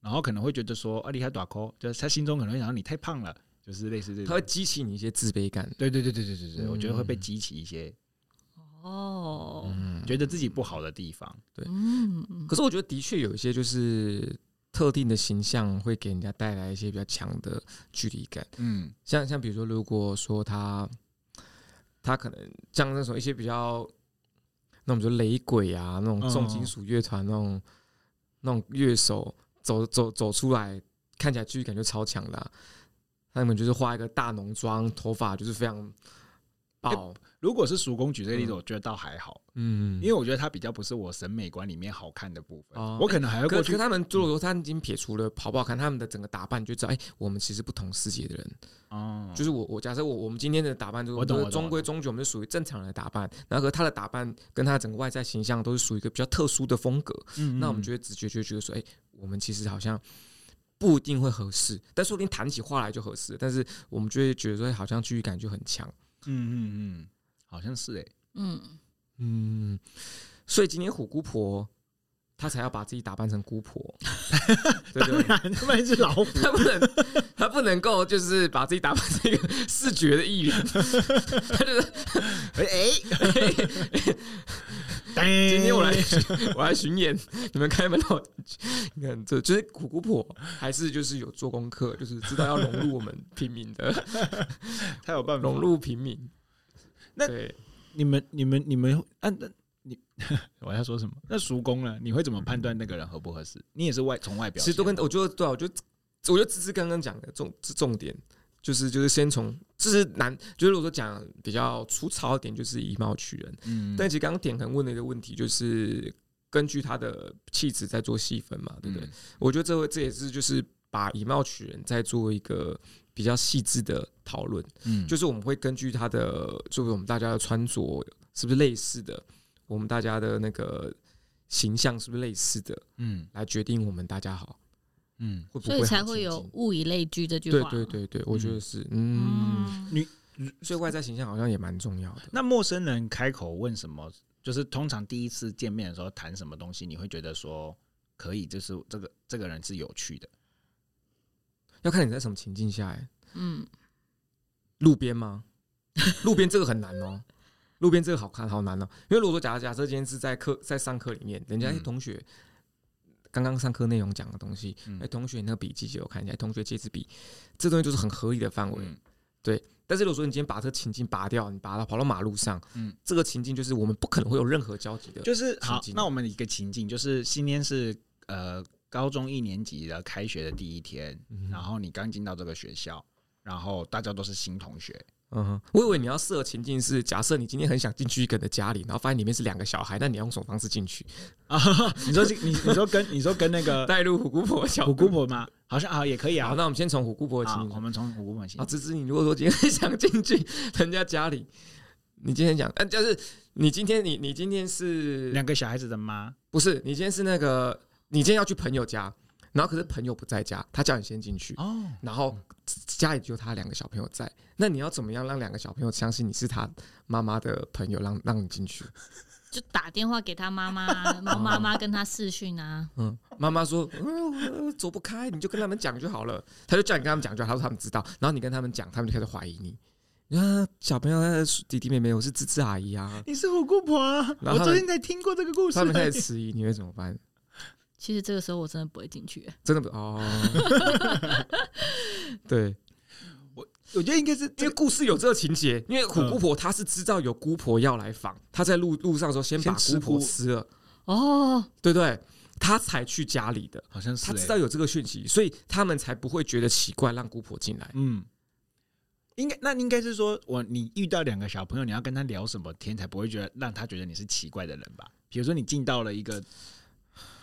Speaker 1: 然后可能会觉得说啊，你还打 call，就是他心中可能会想到你太胖了，就是类似这
Speaker 3: 她会
Speaker 1: 种。
Speaker 3: 激起你一些自卑感。
Speaker 1: 对对对对对对对，
Speaker 3: 嗯
Speaker 1: 我觉得会被激起一些
Speaker 2: 哦，
Speaker 3: 嗯，
Speaker 1: 觉得自己不好的地方。
Speaker 3: 对
Speaker 2: 嗯，嗯
Speaker 3: 可是我觉得的确有一些就是特定的形象会给人家带来一些比较强的距离感。
Speaker 1: 嗯
Speaker 3: 像像比如说，如果说他他可能像那种一些比较那种就雷鬼啊，那种重
Speaker 1: 嗯
Speaker 3: 金属乐团那种、那种乐手走走走出来，看起来距离感就超强的啊、他们就是化一个大浓妆，头发就是非常爆，
Speaker 1: 如果是曙光举这个例子，
Speaker 3: 嗯
Speaker 1: 我觉得倒还好，
Speaker 3: 嗯，
Speaker 1: 因为我觉得它比较不是我审美观里面好看的部分，
Speaker 3: 哦
Speaker 1: 我可能还会
Speaker 3: 可
Speaker 1: 过
Speaker 3: 可
Speaker 1: 去。
Speaker 3: 他们如果说他已经撇除了好不好看，他们的整个打扮你就知道，哎、我们其实不同世界的人。
Speaker 1: 哦，
Speaker 3: 就是我我假设我我们今天的打扮就是
Speaker 1: 我懂
Speaker 3: 们
Speaker 1: 我懂
Speaker 3: 中规中矩，我们是属于正常人的打扮。然后和他的打扮跟他的整个外在形象都是属于一个比较特殊的风格，
Speaker 1: 嗯
Speaker 3: 那我们就会直觉就会觉得说，哎、我们其实好像。不一定会合适，但说不定谈起话来就合适。但是我们就会觉得说，哎好像距离感就很强。
Speaker 1: 嗯嗯嗯，好像是哎、
Speaker 2: 嗯，
Speaker 3: 嗯，所以今天虎姑婆她才要把自己打扮成姑婆， 对不
Speaker 1: 当
Speaker 3: 对？
Speaker 1: 然，他们是老虎，
Speaker 3: 他不能，他不能够就是把自己打扮成一个视觉的艺人。他就是
Speaker 1: 哎、哎
Speaker 3: 今天我来，我来巡演，你们开门到，你看这就是苦姑婆，还是就是有做功课，就是知道要融入我们平民的，
Speaker 1: 他有办法
Speaker 3: 融入平民。
Speaker 1: 那
Speaker 3: 对，
Speaker 1: 你们，你们，你们，啊，那你 我要说什么？那叔公呢？你会怎么判断那个人合不合适？你也是外从外表
Speaker 3: 其
Speaker 1: 先，
Speaker 3: 实都跟我觉得对、啊，我觉得我觉得芝芝刚刚讲的重重点。就是就是先从，这是难，就是我说讲比较粗糙一点，就是以貌取人。
Speaker 1: 嗯，
Speaker 3: 但其实刚刚点恒问的一个问题就是。根据他的气质在做细分嘛，对不对？
Speaker 1: 嗯
Speaker 3: 我觉得这会这也是就是把以貌取人在做一个比较细致的讨论，
Speaker 1: 嗯，
Speaker 3: 就是我们会根据他的，就是我们大家的穿着是不是类似的，我们大家的那个形象是不是类似的，
Speaker 1: 嗯
Speaker 3: 来决定我们大家好
Speaker 1: 嗯，
Speaker 3: 会不会
Speaker 2: 所以
Speaker 3: 好
Speaker 2: 才会有
Speaker 3: 亲近
Speaker 2: 物以类聚这句
Speaker 3: 对
Speaker 2: 话。
Speaker 3: 对对对，我觉得是嗯，
Speaker 2: 嗯，
Speaker 3: 所以外在形象好像也蛮重要的。
Speaker 1: 那陌生人开口问什么，就是通常第一次见面的时候谈什么东西，你会觉得说可以，就是这个这个人是有趣的。
Speaker 3: 要看你在什么情境下、欸，
Speaker 2: 嗯，
Speaker 3: 路边吗？路边这个很难哦，路边这个好看好难哦。因为如果说假假设今天是在课在上课里面，人家、
Speaker 1: 嗯
Speaker 3: 哎同学刚刚上课内容讲的东西，
Speaker 1: 嗯
Speaker 3: 哎、同学你那个笔记借我看一下，哎同学借支笔，这东西就是很合理的范围。
Speaker 1: 嗯
Speaker 3: 但是如果说你今天把这个情境拔掉，你把它跑到马路上，
Speaker 1: 嗯
Speaker 3: 这个情境就是我们不可能会有任何交集的。
Speaker 1: 就是好
Speaker 3: 情，境
Speaker 1: 那我们一个情境就是今天是呃高中一年级的开学的第一天，
Speaker 3: 嗯
Speaker 1: 然后你刚进到这个学校，然后大家都是新同学，
Speaker 3: 嗯哼，我以为你要设情境是，假设你今天很想进去一个人的家里，然后发现里面是两个小孩，那你要用什么方式进去？
Speaker 1: 啊，你说是你你说跟你说跟那个
Speaker 3: 带入虎姑婆小
Speaker 1: 呃虎姑。婆吗？好像啊也可以啊
Speaker 3: 好，。那我们先从虎姑婆的
Speaker 1: 啊
Speaker 3: 情，境
Speaker 1: 我们从虎姑婆先
Speaker 3: 啊，。芝芝，你如果说今天 想进去人家家里，你今天讲，呃，就是你今天你你今天是
Speaker 1: 两个小孩子的妈，
Speaker 3: 不是你今天是那个你今天要去朋友家，然后可是朋友不在家，他叫你先进去，
Speaker 1: 哦，
Speaker 3: 然后家里就他两个小朋友在，那你要怎么样让两个小朋友相信你是他妈妈的朋友，让让你进去？
Speaker 2: 就打电话给他妈妈，然后妈妈跟他视讯啊。
Speaker 3: 嗯，妈妈说，嗯、我走不开，你就跟他们讲就好了。他就叫你跟他们讲就好，他说他们知道，然后你跟他们讲，他们就开始怀疑你。啊，小朋友，弟弟妹妹，我是芝芝阿姨啊。
Speaker 1: 你是虎姑婆啊！
Speaker 3: 然后
Speaker 1: 我
Speaker 3: 他们
Speaker 1: 昨天才听过这个故事
Speaker 3: 他。们开始迟疑，你会怎么 办？
Speaker 2: 其实这个时候我真的不会进去，
Speaker 3: 真的不 哦，对，
Speaker 1: 我觉得应该是
Speaker 3: 因为故事有这个情节，因为虎姑婆她是知道有姑婆要来访，她在路路上的时候先把
Speaker 1: 先吃
Speaker 3: 姑婆
Speaker 1: 姑
Speaker 3: 吃了，
Speaker 2: 哦，
Speaker 3: 对不对？她才去家里的，
Speaker 1: 好像是
Speaker 3: 她知
Speaker 1: 欸
Speaker 3: 道有这个讯息，所以他们才不会觉得奇怪，让姑婆进来。
Speaker 1: 嗯，应该那应该是说我你遇到两个小朋友，你要跟他聊什么天才不会觉得让他觉得你是奇怪的人吧？比如说你进到了一个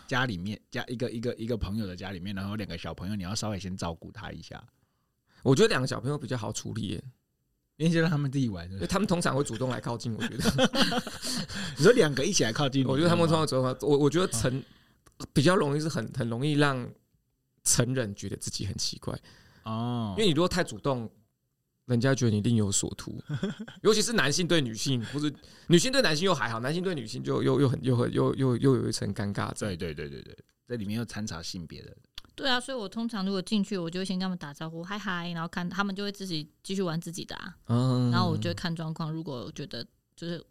Speaker 1: 家里面，家一个一个一个朋友的家里面，然后有两个小朋友，你要稍微先照顾他一下，
Speaker 3: 我觉得两个小朋友比较好处理耶，
Speaker 1: 因为就让他们自己玩。是
Speaker 3: 因
Speaker 1: 不
Speaker 3: 为
Speaker 1: 是
Speaker 3: 他们通常会主动来靠近。我觉 得，
Speaker 1: 你说两个一起来靠近你，
Speaker 3: 我觉得他们
Speaker 1: 是吗
Speaker 3: 通常主动来，我我觉得成比较容易是很很容易让成人觉得自己很奇怪。
Speaker 1: 哦，
Speaker 3: 因为你如果太主动，人家觉得你另有所 图，尤其是男性对女性，或者女性对男性又还好，男性对女性就又又很又很又又又有一层尴尬在。
Speaker 1: 对对对对对，这里面又掺杂性别的，
Speaker 2: 对啊，所以我通常如果进去，我就会先跟他们打招呼，嗨嗨，然后看他们就会自己继续玩自己的啊，
Speaker 3: 嗯
Speaker 2: 然后我就会看状况，如果我觉得就是
Speaker 1: 哦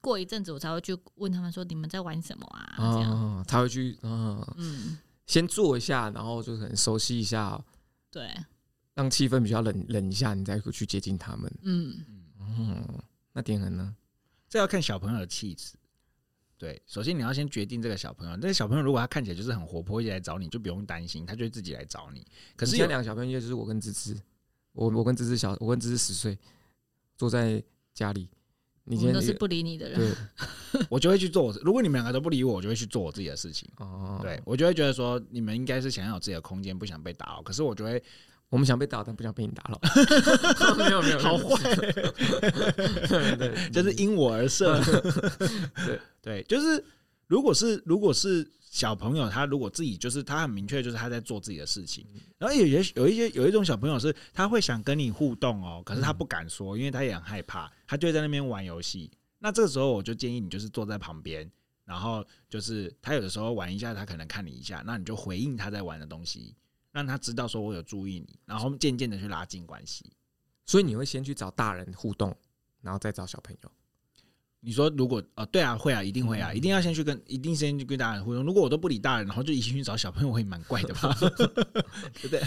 Speaker 2: 过一阵子，我才会去问他们说你们在玩什么啊，这样，
Speaker 3: 嗯啊，他会去啊，
Speaker 2: 嗯，
Speaker 3: 先做一下，然后就可能熟悉一下，
Speaker 2: 对，
Speaker 3: 让气氛比较冷冷一下，你再去接近他们。
Speaker 2: 嗯，
Speaker 3: 嗯，那点很呢？
Speaker 1: 这要看小朋友的气质。对，首先你要先决定这个小朋友。那个小朋友如果他看起来就是很活泼，一直来找你，就不用担心，他就会自己来找你。可是
Speaker 3: 现在
Speaker 1: 有
Speaker 3: 两个小朋友就是我跟芝芝，我我跟芝芝小，我跟芝芝十岁，坐在家里。你
Speaker 2: 我
Speaker 3: 今
Speaker 2: 们
Speaker 3: 天
Speaker 2: 都是不理你的人，
Speaker 3: 对
Speaker 1: 我就会去做我。如果你们两个都不理我，我就会去做我自己的事情。
Speaker 3: 哦，
Speaker 1: 对，我就会觉得说，你们应该是想要有自己的空间，不想被打扰。可是我就 会
Speaker 3: 我们想被打，但不想被你打扰。 没有没 有，没有
Speaker 1: 好坏，
Speaker 3: 对对，
Speaker 1: 就是因我而设。
Speaker 3: 对
Speaker 1: 嗯 对，就是如果是如果是小朋友，他如果自己就是他很明确，就是他在做自己的事情。然后有也有一些有一种小朋友是他会想跟你互动哦，可是他不敢说，因为他也很害怕，他就会在那边玩游戏。那这个时候我就建议你就是坐在旁边，然后就是他有的时候玩一下，他可能看你一下，那你就回应他在玩的东西，让他知道说我有注意你，然后渐渐的去拉近关系。
Speaker 3: 所以你会先去找大人互动，然后再找小朋 友。
Speaker 1: 你说如果呃，对啊，会啊，一定会啊，一定要先去跟，一定先去跟大人互动。如果我都不理大人，然后就一心去找小朋友，我也蛮怪的吧？ 对不 对？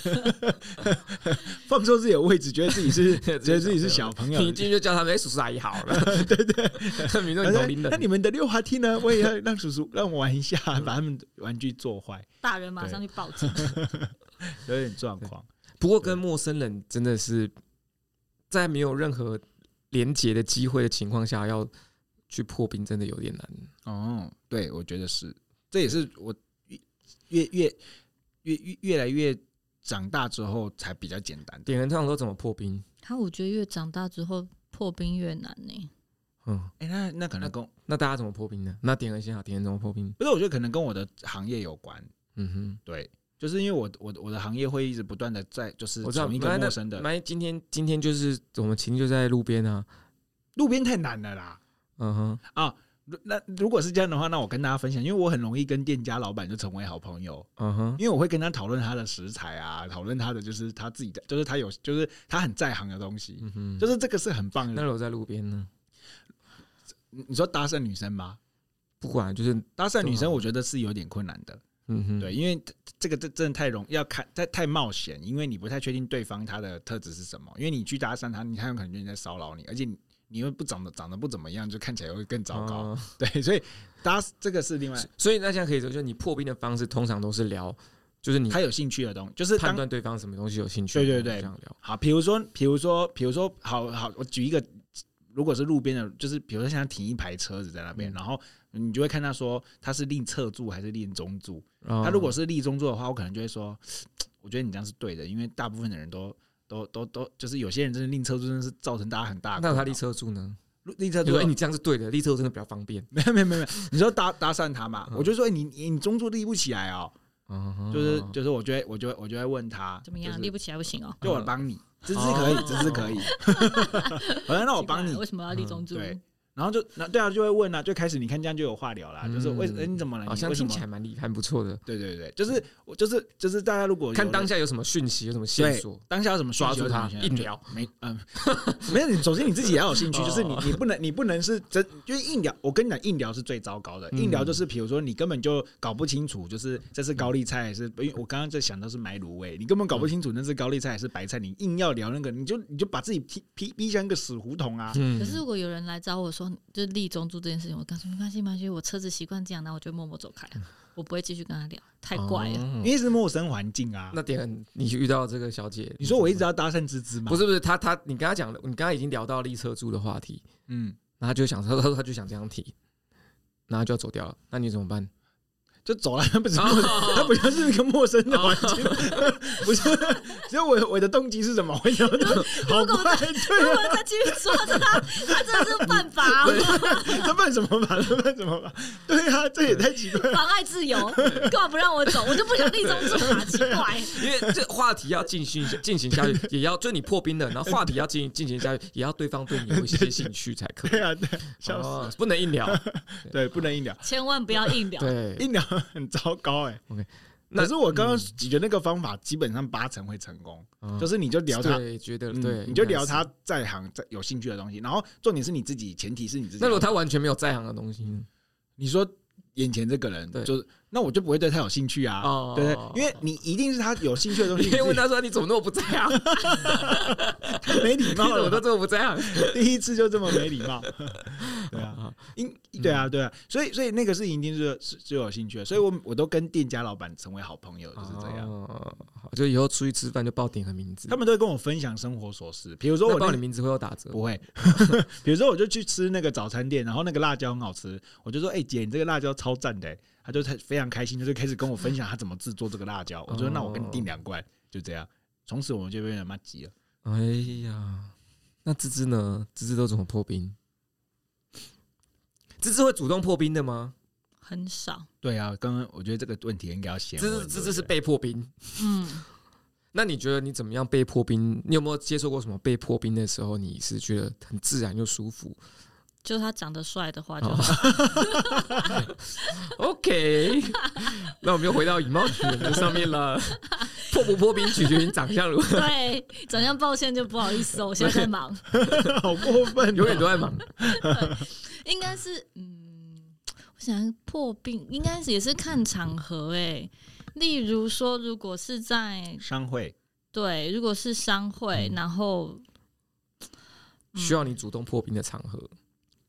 Speaker 1: 放错自己的位置，觉得自己 是觉得自己是小朋友
Speaker 3: 你。进去就叫他们哎，叔叔阿姨好了。 对 对，民众
Speaker 1: 反
Speaker 3: 同
Speaker 1: 正
Speaker 3: 龄
Speaker 1: 那你
Speaker 3: 人。
Speaker 1: 们的溜滑梯呢？我也要让叔叔让我玩一下，把他们玩具做坏，
Speaker 2: 大人马上去报警。
Speaker 1: 有点状况。
Speaker 3: 不过跟陌生人真的是在没有任何连接的机会的情况下，要去破冰真的有点难。
Speaker 1: 哦，对，我觉得是，这也是我越越越越越来越长大之后才比较简单的。
Speaker 3: 点人通常都怎么破冰？
Speaker 2: 他啊我觉得越长大之后破冰越难呢。
Speaker 3: 嗯，
Speaker 1: 哎，那那可能跟
Speaker 3: 那大家怎么破冰呢？那点人先好，点人怎么破冰？
Speaker 1: 不是，我觉得可能跟我的行业有关。
Speaker 3: 嗯哼。
Speaker 1: 对，就是因为我我我的行业会一直不断的在，就是
Speaker 3: 我知道，
Speaker 1: 从一个
Speaker 3: 那
Speaker 1: 陌生的
Speaker 3: 那今天今天就是我们情侣就在路边啊，
Speaker 1: 路边太难了啦
Speaker 3: 嗯哼，
Speaker 1: 啊！如那如果是这样的话，那我跟大家分享，因为我很容易跟店家老板就成为好朋友，
Speaker 3: 嗯哼，
Speaker 1: 因为我会跟他讨论他的食材啊，讨论他的就是他自己的，就是他有就是他很在行的东西，
Speaker 3: 嗯哼，
Speaker 1: 就是这个是很棒
Speaker 3: 那
Speaker 1: 的。
Speaker 3: 如果在路边呢？
Speaker 1: 你你说搭讪女生吗？
Speaker 3: 不管就是，
Speaker 1: 搭讪女
Speaker 3: 对啊
Speaker 1: 生我觉得是有点困难的，
Speaker 3: 嗯哼，
Speaker 1: 对，因为这个这真的太容要看太太冒险，因为你不太确定对方他的特质是什么，因为你去搭讪他，你他有可能觉得你在骚扰你，而且你你又不长得长得不怎么样，就看起来会更糟糕。
Speaker 3: 嗯
Speaker 1: 对，所以搭这个是另外
Speaker 3: 所以大家可以说，就是你破冰的方式通常都是聊，就是你
Speaker 1: 他有兴趣的东西，就是
Speaker 3: 判
Speaker 1: 当
Speaker 3: 断对方什么东西有兴趣，
Speaker 1: 对对对
Speaker 3: 这样聊。
Speaker 1: 好，比如说比如说比如说好好，我举一个，如果是路边的，就是比如说像停一排车子在那边，
Speaker 3: 嗯
Speaker 1: 然后你就会看他说他是立侧柱还是立中柱，
Speaker 3: 他
Speaker 1: 他如果是立中座的话，我可能就会说，我觉得你这样是对的，因为大部分的人都都都都，就是有些人真的立车柱真的是造成大家很大的困
Speaker 3: 那
Speaker 1: 扰。
Speaker 3: 他立车柱呢？
Speaker 1: 立车
Speaker 3: 你
Speaker 1: 柱
Speaker 3: 说哎，你这样是对的，立车柱真的比较方便。
Speaker 1: 没有没有没有，没有你说搭搭讪他嘛？
Speaker 3: 嗯
Speaker 1: 我就说你你你中柱立不起来哦，
Speaker 3: 嗯
Speaker 1: 就是就是我就会我就会我就会问他
Speaker 2: 怎么样？
Speaker 1: 就是
Speaker 2: 立不起来不行哦。
Speaker 1: 就我帮你，只是可以
Speaker 3: 哦，
Speaker 1: 只是可 以，反正让我
Speaker 2: 奇怪
Speaker 1: 帮你嗯
Speaker 2: 为。什么要立中柱？
Speaker 1: 对，然后就那对啊，就会问啊，就开始你看这样就有话聊啦，就是为
Speaker 3: 嗯
Speaker 1: 哎你怎么了？
Speaker 3: 好
Speaker 1: 你
Speaker 3: 像
Speaker 1: 为什
Speaker 3: 听起来
Speaker 1: 么？
Speaker 3: 蛮厉害，不错的。
Speaker 1: 对对对，就是我就是就是大家如果
Speaker 3: 看
Speaker 1: 有
Speaker 3: 当下有什么讯息，有什么线
Speaker 1: 对
Speaker 3: 索，
Speaker 1: 当下有什么需
Speaker 3: 抓
Speaker 1: 求
Speaker 3: 住他
Speaker 1: 有什么需求
Speaker 3: 硬聊。
Speaker 1: 没 嗯，没有你，首先你自己也要有兴趣，
Speaker 3: 哦
Speaker 1: 就是你你不能你不能是真，就是硬聊。我跟你讲，硬聊是最糟糕的。
Speaker 3: 嗯
Speaker 1: 硬聊就是比如说你根本就搞不清楚，就是这是高丽菜还是因为我刚刚在想到是买卤味，你根本搞不清楚那是高丽菜还是白菜，你硬要聊那个，你就你就把自己逼逼逼像一个死胡同啊。
Speaker 3: 嗯
Speaker 2: 可是如果有人来找我说，就是立中柱这件事情，我告诉你没关系，没关系，我车子习惯这样，那我就默默走开，我不会继续跟他聊，太怪了。
Speaker 3: 嗯哦
Speaker 1: 因为是陌生环境啊。
Speaker 3: 那点你遇到这个小姐，
Speaker 1: 你说我一直要搭讪芝芝吗？
Speaker 3: 不
Speaker 1: 是，
Speaker 3: 是不是，他他你跟他讲了，你刚刚已经聊到立车柱的话题，
Speaker 1: 嗯，
Speaker 3: 然后他就想他他他就想这样提，然后就要走掉了，那你怎么办？
Speaker 1: 就走了，他不是陌，他不就是一个陌生的环境， 不是。所以我我的动机是什么？我想要好快，对
Speaker 2: 如
Speaker 1: 啊，
Speaker 2: 果再继续抓着他，他真的是犯法、哦，
Speaker 1: 他办什么吧？他办什么吧？对啊，这也太奇怪了。
Speaker 2: 妨碍自 由，干嘛不让我走？我就不想立中柱啊，奇怪。
Speaker 3: 因为这话题要进行进行下去，也要就你破冰了，然后话题要进进行下去，也要对方对你有一些兴趣才可以。
Speaker 1: 对啊，对， 笑死
Speaker 3: 哦
Speaker 1: 了。
Speaker 3: 不能 硬聊。
Speaker 1: 对，不能硬聊，
Speaker 2: 千万不要硬聊，
Speaker 3: 对，
Speaker 1: 硬聊很糟糕哎。
Speaker 3: 那
Speaker 1: 可是我刚刚解决那个方法，基本上八成会成功，就是是你就聊他，
Speaker 3: 嗯对，觉得
Speaker 1: 嗯
Speaker 3: 对，
Speaker 1: 你就聊
Speaker 3: 应该是。
Speaker 1: 他在行在有兴趣的东西，然后重点是你自己，前提是你自己。
Speaker 3: 那如果他完全没有在行的东西呢？
Speaker 1: 你说眼前这个人，
Speaker 3: 对
Speaker 1: 就是那我就不会对他有兴趣啊。
Speaker 3: 哦
Speaker 1: 对对，因为你一定是他有兴趣的东 西，
Speaker 3: 你可以问他说：“你怎么那么不在 行？你
Speaker 1: 太没礼
Speaker 3: 怎
Speaker 1: 貌
Speaker 3: 么都
Speaker 1: 了。
Speaker 3: 这么不在行
Speaker 1: 第一 次就这么没礼 貌，对？”啊，
Speaker 3: 啊
Speaker 1: 因对啊对啊，所以所以那个事情一定是是是有兴趣的，所以我我都跟店家老板成为好朋友，就是这样。
Speaker 3: 哦好就以后出去吃饭就报点个名字。
Speaker 1: 他们都会跟我分享生活琐事，比如说
Speaker 3: 那
Speaker 1: 我
Speaker 3: 报
Speaker 1: 那
Speaker 3: 你名字会有打折
Speaker 1: 不会， 比如说我就去吃那个早餐店，然后那个辣椒很好吃，我就说：“哎、姐，你这个辣椒超赞的、欸。”他就他非常开心，就是开始跟我分享他怎么制作这个辣椒。我说：“那我跟你订两罐。”就这样，从此我们就变成妈急了。
Speaker 3: 哎呀，那芝芝呢？芝芝都怎么破冰？芝芝会主动破冰的吗？
Speaker 2: 很少。
Speaker 1: 对啊，刚刚我觉得这个问题应该要先
Speaker 3: 芝
Speaker 1: 问。
Speaker 3: 芝芝芝是
Speaker 1: 对
Speaker 3: 被破冰。
Speaker 2: 嗯，
Speaker 3: 那你觉得你怎么样被破冰？你有没有接受过什么被破冰的时候，你是觉得很自然又舒服
Speaker 2: 就他长得帅的话就
Speaker 3: 哦
Speaker 2: 好，
Speaker 3: ？OK，那我们又回到以貌取人的上面了。破不破冰取决于你长相如 何，
Speaker 2: 对，长相抱歉就不好意思哦，我现在在忙。
Speaker 1: 不对 好过分、哦
Speaker 3: 永远都在忙。
Speaker 2: 应该是嗯，我想破冰应该是也是看场合哎、例如说，如果是在
Speaker 1: 商会
Speaker 2: 对，如果是商会，然后嗯
Speaker 3: 需要你主动破冰的场合，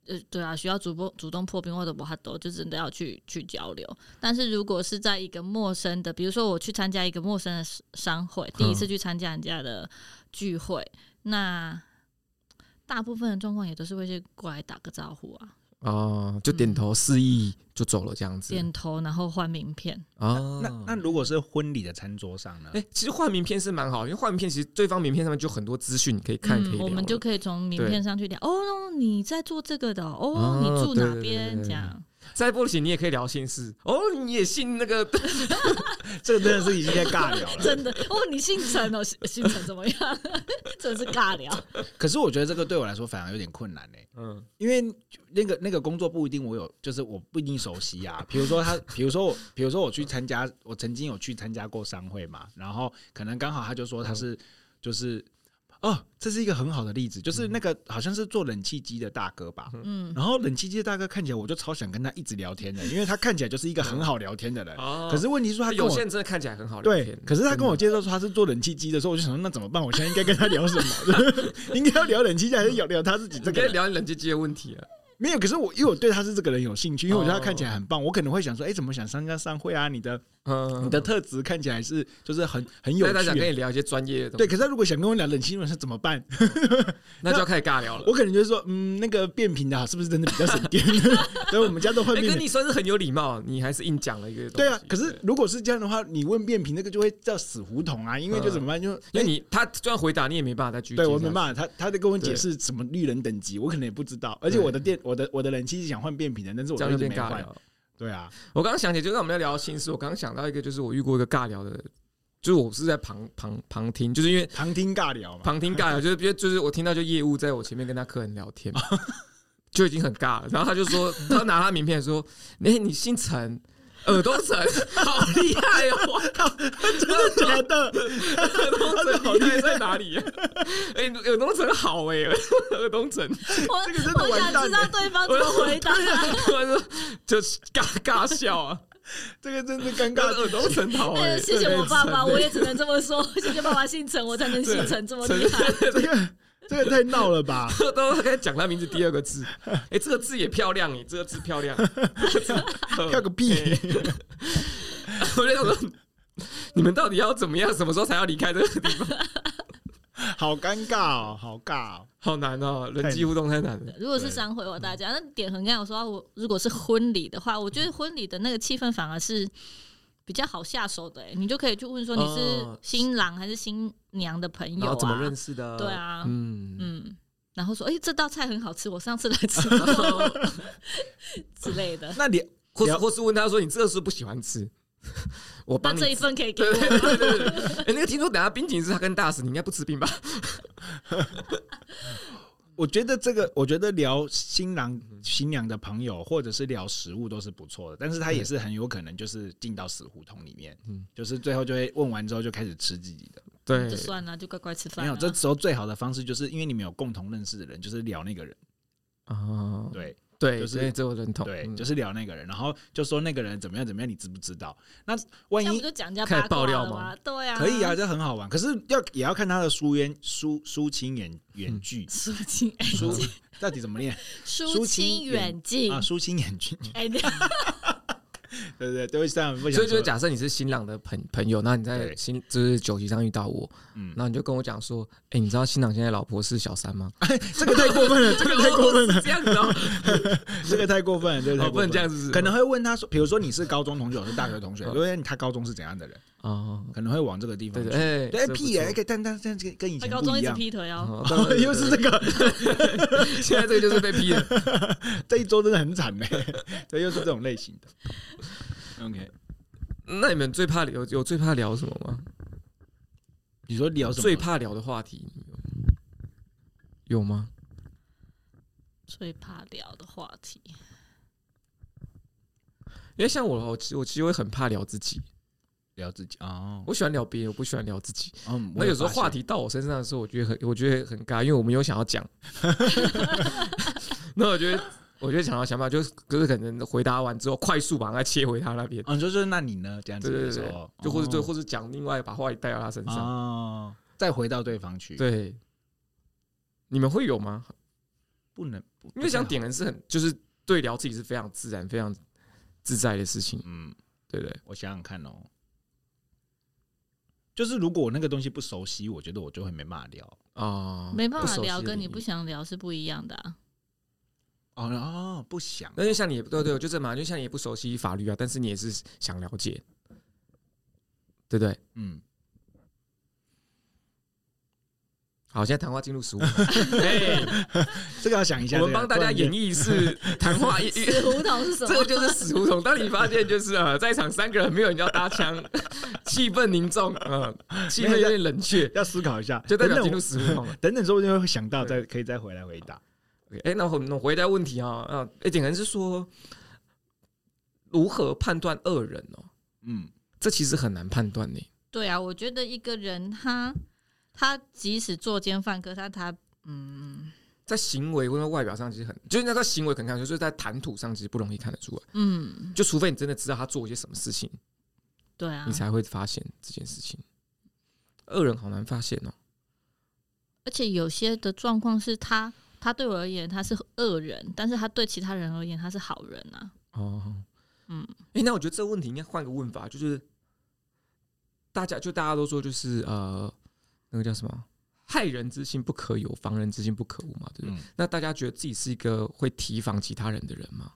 Speaker 2: 呃，对啊，需要主动主动破冰或者不哈都，就真的要去去交流。但是如果是在一个陌生的，比如说我去参加一个陌生的商商会，
Speaker 3: 嗯
Speaker 2: 第一次去参加人家的聚会，那大部分的状况也都是会去过来打个招呼啊，
Speaker 3: 哦，就点头示意就走了这样子。
Speaker 2: 点头，然后换名片。
Speaker 3: 啊，
Speaker 1: 那那如果是婚礼的餐桌上呢？
Speaker 3: 哎、其实换名片是蛮好，因为换名片其实对方名片上面就很多资讯你可以看，可以
Speaker 2: 嗯，
Speaker 3: 聊了
Speaker 2: 我们就可以从名片上去聊。哦，你在做这个的哦，
Speaker 3: 哦
Speaker 2: 哦你住哪
Speaker 3: 对对对对
Speaker 2: 边？
Speaker 3: 对
Speaker 2: 这样
Speaker 3: 再不行你也可以聊心事哦，你也信那个
Speaker 1: 这个真的是已经在尬聊了。
Speaker 2: 真的哦，你姓陈哦，姓姓陈怎么样？ 真的是尬聊。
Speaker 1: 可是我觉得这个对我来说反而有点困难欸呢、
Speaker 3: 嗯
Speaker 1: 因为那个那个工作不一定我有，就是我不一定熟悉啊。比如说他，比如说我，比如说我去参加，我曾经有去参加过商会嘛，然后可能刚好他就说他是、就是哦，这是一个很好的例子，就是那个好像是做冷气机的大哥吧。
Speaker 2: 嗯，
Speaker 1: 然后冷气机的大哥看起来我就超想跟他一直聊天的，因为他看起来就是一个很好聊天的人。
Speaker 3: 哦
Speaker 1: 可是问题是他跟
Speaker 3: 有
Speaker 1: 我
Speaker 3: 些人真的看起来很好聊
Speaker 1: 对
Speaker 3: 天，，
Speaker 1: 可是他跟我介绍说他是做冷气机的时候，我就想说那怎么办？我现在应该跟他聊什么？ 应该要聊冷气机还是聊聊他自己这
Speaker 3: 真的
Speaker 1: 个
Speaker 3: 你可
Speaker 1: 人
Speaker 3: 以？聊你冷静机的问题啊。
Speaker 1: 没有，可是我因为我对他是这个人有兴
Speaker 3: 哦
Speaker 1: 趣，因为我觉得他看起来很棒，我可能会想说，哎、怎么想参加商会啊？你的
Speaker 3: 嗯，
Speaker 1: 你的特质看起来是就是很很有
Speaker 3: 但他想跟
Speaker 1: 趣。啊
Speaker 3: 你聊一些专业的东
Speaker 1: 对，
Speaker 3: 西，
Speaker 1: 可是他如果想跟我聊冷气问是怎么 办？
Speaker 3: 那就要开始尬聊了。
Speaker 1: 我可能就是说，嗯，那个变频的啊是不是真的比较省 电？所以我们家都换
Speaker 3: 哎、
Speaker 1: 变
Speaker 3: 跟
Speaker 1: 频。
Speaker 3: 你算是很有礼貌，你还是硬讲了一个东西。
Speaker 1: 对啊，可是如果是这样的话，你问变频那个就会叫死胡同啊，因为就怎么办？就
Speaker 3: 因为你他虽然回答，你也没办法再继续接
Speaker 1: 对
Speaker 3: 下去。
Speaker 1: 我没办法，他他在跟我解释什么绿人等级，我可能也不知道。而且我的电我的我的冷气是想换变频的，但是我
Speaker 3: 这
Speaker 1: 都
Speaker 3: 样
Speaker 1: 一
Speaker 3: 就
Speaker 1: 直
Speaker 3: 变
Speaker 1: 没
Speaker 3: 尬
Speaker 1: 换。
Speaker 3: 聊。
Speaker 1: 对啊，
Speaker 3: 我刚刚想起，就让我们要聊心事。我刚刚想到一个，就是我遇过一个尬聊的，就是我是在旁旁旁听，就是因为
Speaker 1: 旁听尬 聊嘛。
Speaker 3: 旁听尬聊，就是因为就是我听到就业务在我前面跟他客人聊天， 就已经很尬了。然后他就说， 他拿他名片说：“哎、你姓陈，耳朵陈， 好厉害哦！”
Speaker 1: 真的假的？
Speaker 3: 耳东城好厉害在哪里、啊？ 哎、耳东城好哎、 耳东城，
Speaker 2: 我
Speaker 1: 这个真的
Speaker 2: 我
Speaker 1: 完蛋
Speaker 2: 想知道
Speaker 1: 欸
Speaker 2: 对方怎么回答。
Speaker 3: 我说就尬尬笑啊，
Speaker 1: 这个真是尴尬
Speaker 3: 耳东城好哎、
Speaker 2: 呃，谢谢我爸爸，
Speaker 3: 耳东城
Speaker 2: 我也只能这么说。谢谢爸爸姓陈，我才能姓陈这么
Speaker 3: 陈
Speaker 2: 厉害。
Speaker 1: 这个这个太闹了吧？
Speaker 3: 都都在讲他名字第二个字，哎、这个字也漂亮哎、这个 字呃哎漂亮，
Speaker 1: 跳个屁！
Speaker 3: 我就想说，你们到底要怎么样？什么时候才要离开这个地方？
Speaker 1: 好尴尬哦，好尬哦。
Speaker 3: 好难哦，人际互动太难了。
Speaker 2: 如果是商会，
Speaker 3: 嗯
Speaker 2: 我大家那点很刚我说，啊我如果是婚礼的话，我觉得婚礼的那个气氛反而是比较好下手的、欸，你就可以去问说你
Speaker 3: 哦
Speaker 2: 是新郎还是新娘的朋
Speaker 3: 然
Speaker 2: 友
Speaker 3: 后怎么
Speaker 2: 啊
Speaker 3: 认，识的？
Speaker 2: 对啊
Speaker 3: 呃嗯
Speaker 2: 嗯，然后说，哎、这道菜很好吃，我上次来吃之类的。
Speaker 1: 那你
Speaker 3: 或是
Speaker 1: 聊
Speaker 3: 或是问他说你这个是不是不喜欢吃， 我
Speaker 2: 那
Speaker 3: 帮你
Speaker 2: 这一啊份可以给
Speaker 3: 对
Speaker 2: 我
Speaker 3: 对对对对，哎、那个听说等下冰淇淋是他跟大使，你应该不吃冰吧？
Speaker 1: 我觉得这个，我觉得聊新郎新娘的朋友，或者是聊食物都是不错的，但是他也是很有可能就是进到死胡同里面，
Speaker 3: 嗯
Speaker 1: 就是最后就会问完之后就开始吃自己的。
Speaker 3: 对
Speaker 2: 就算了，就乖乖吃饭
Speaker 1: 没
Speaker 2: 啊。
Speaker 1: 有，这时候最好的方式就是因为你们有共同认识的人，就是聊那个人。
Speaker 3: 啊，
Speaker 1: 对，
Speaker 3: 对，
Speaker 1: 就是
Speaker 3: 对这我认同，
Speaker 1: 对，
Speaker 3: 嗯
Speaker 1: 就是聊那个人，然后就说那个人怎么样怎么样，你知不知道？那万
Speaker 2: 这样不
Speaker 1: 一
Speaker 2: 就讲人家
Speaker 3: 开始
Speaker 2: 八卦
Speaker 3: 爆料
Speaker 2: 了
Speaker 3: 吗
Speaker 2: 吗？对啊，
Speaker 1: 可以啊，，这很好玩。可是要也要看他的疏烟疏疏情远远距，
Speaker 2: 疏清
Speaker 3: 嗯
Speaker 1: 疏到底怎么念
Speaker 2: 疏清远近
Speaker 1: 啊？疏情远距，
Speaker 2: 哎，你
Speaker 1: 对对对，对不起，这样不想
Speaker 3: 嗯所以就是
Speaker 1: 说，
Speaker 3: 假设你是新郎的朋朋友，那你在
Speaker 1: 对
Speaker 3: 新就是酒席上遇到我，
Speaker 1: 嗯，
Speaker 3: 然后你就跟我讲说，哎、你知道新郎现在老婆是小三吗？
Speaker 1: 这个太过分了，这个太过分了，
Speaker 3: 这样子 哦，
Speaker 1: 这个太过分了，这个太
Speaker 3: 哦不
Speaker 1: 过分
Speaker 3: 能这
Speaker 1: 了。
Speaker 3: 样子，
Speaker 1: 可能会问他说，比如说你是高中同学，我是大学同学，
Speaker 3: 嗯
Speaker 1: 因为他高中是怎样的人，
Speaker 3: 哦，
Speaker 1: 可能会往这个啊地方
Speaker 3: 对
Speaker 1: 去
Speaker 3: 对，。哎、
Speaker 1: 对，
Speaker 3: 这不
Speaker 1: 屁
Speaker 3: 错
Speaker 1: 耶！哎但但但这跟以
Speaker 2: 他
Speaker 1: 前
Speaker 2: 高
Speaker 1: 不
Speaker 2: 中
Speaker 1: 一
Speaker 2: 一直
Speaker 1: 样，
Speaker 2: 劈腿哦，
Speaker 3: 哦当 然
Speaker 1: 又是这个，
Speaker 3: 现在这个就 是被批的，
Speaker 1: 这一周真的很惨呢， 对，又是这种类型的。OK，
Speaker 3: 那你们最怕有有最怕聊什么吗？
Speaker 1: 你说聊什么？
Speaker 3: 最怕聊的话题有吗？
Speaker 2: 最怕聊的话题。
Speaker 3: 因为像我的话，我其实我其实会很怕聊自己，
Speaker 1: 聊自己哦，
Speaker 3: 我喜欢聊别人，我不喜欢聊自己。
Speaker 1: 嗯，我
Speaker 3: 那
Speaker 1: 也
Speaker 3: 有时候
Speaker 1: 发现
Speaker 3: 话题到我身上的时候，我觉得很，我觉得很尬，因为我没有想 要讲。 那我觉得，我觉得想要想办法，就是就是可能回答完之后，快速把它切回他那边，
Speaker 1: 哦，你说就是那你呢？这样子
Speaker 3: 对对
Speaker 1: 的
Speaker 3: 对
Speaker 1: 时
Speaker 3: 对
Speaker 1: 候，
Speaker 3: 就或者对，
Speaker 1: 哦
Speaker 3: 或者讲另外把话题带到他身上。
Speaker 1: 哦，再回到对方去，，
Speaker 3: 对，你们会有吗？
Speaker 1: 不能不
Speaker 3: 因为想，
Speaker 1: 不太
Speaker 3: 点人是很，就是对聊自己是非常自然、非常自在的事情
Speaker 1: 好，嗯，
Speaker 3: 对不对？
Speaker 1: 我想想看哦，就是如果我那个东西不熟悉，我觉得我就会没办法聊。
Speaker 3: 啊，
Speaker 2: 没办
Speaker 3: 不
Speaker 2: 法
Speaker 3: 熟悉
Speaker 2: 聊，
Speaker 3: 的
Speaker 2: 跟
Speaker 3: 领
Speaker 2: 你不
Speaker 3: 域。
Speaker 2: 想聊是不一样的、啊。
Speaker 1: 哦哦，不想
Speaker 3: 那就像你也对对，就这嘛，就像你也不熟悉法律啊，但是你也是想了解，对不对？
Speaker 1: 嗯，
Speaker 3: 好，现在谈话进 入十五分钟。哎，
Speaker 1: 这个要想一下。
Speaker 3: 我们帮大家演
Speaker 1: 绎，
Speaker 3: 绎是谈话，一
Speaker 2: 死胡同是什
Speaker 3: 这个
Speaker 2: 么？
Speaker 3: 就是死胡同。当你发现就是呃，在场三个人没有人要搭腔，气氛凝重，嗯，气氛有点冷却，
Speaker 1: 要思考一下，
Speaker 3: 就代表
Speaker 1: 等
Speaker 3: 进
Speaker 1: 等
Speaker 3: 入
Speaker 1: 我
Speaker 3: 死胡同了。
Speaker 1: 等等，说不定会想到再可以再回来回答。
Speaker 3: OK，哎、那我们回答问题啊，啊，哎，简人是说如何判断恶人哦，
Speaker 1: 嗯，
Speaker 3: 这其实很难判断呢。
Speaker 2: 对啊，我觉得一个人他他即使作奸犯科，他他嗯
Speaker 3: 在行为或者外表上，其实很，就是那个行为可能看得出，就是在谈吐上，其实不容易看得出来。
Speaker 2: 嗯，
Speaker 3: 就除非你真的知道他做一些什么事情，
Speaker 2: 对啊
Speaker 3: 你。才会发现这件事情。恶人好难发现哦，
Speaker 2: 而且有些的状况是他他对我而言他是恶人，但是他对其他人而言他是好人啊。
Speaker 3: 哦，
Speaker 2: 嗯，
Speaker 3: 哎、那我觉得这个问题应该换个问法，就是大家就大家都说就是呃，那个叫什么，害人之心不可有，防人之心不可无嘛，对不
Speaker 1: 嗯
Speaker 3: 对？那大家觉得自己是一个会提防其他人的人吗？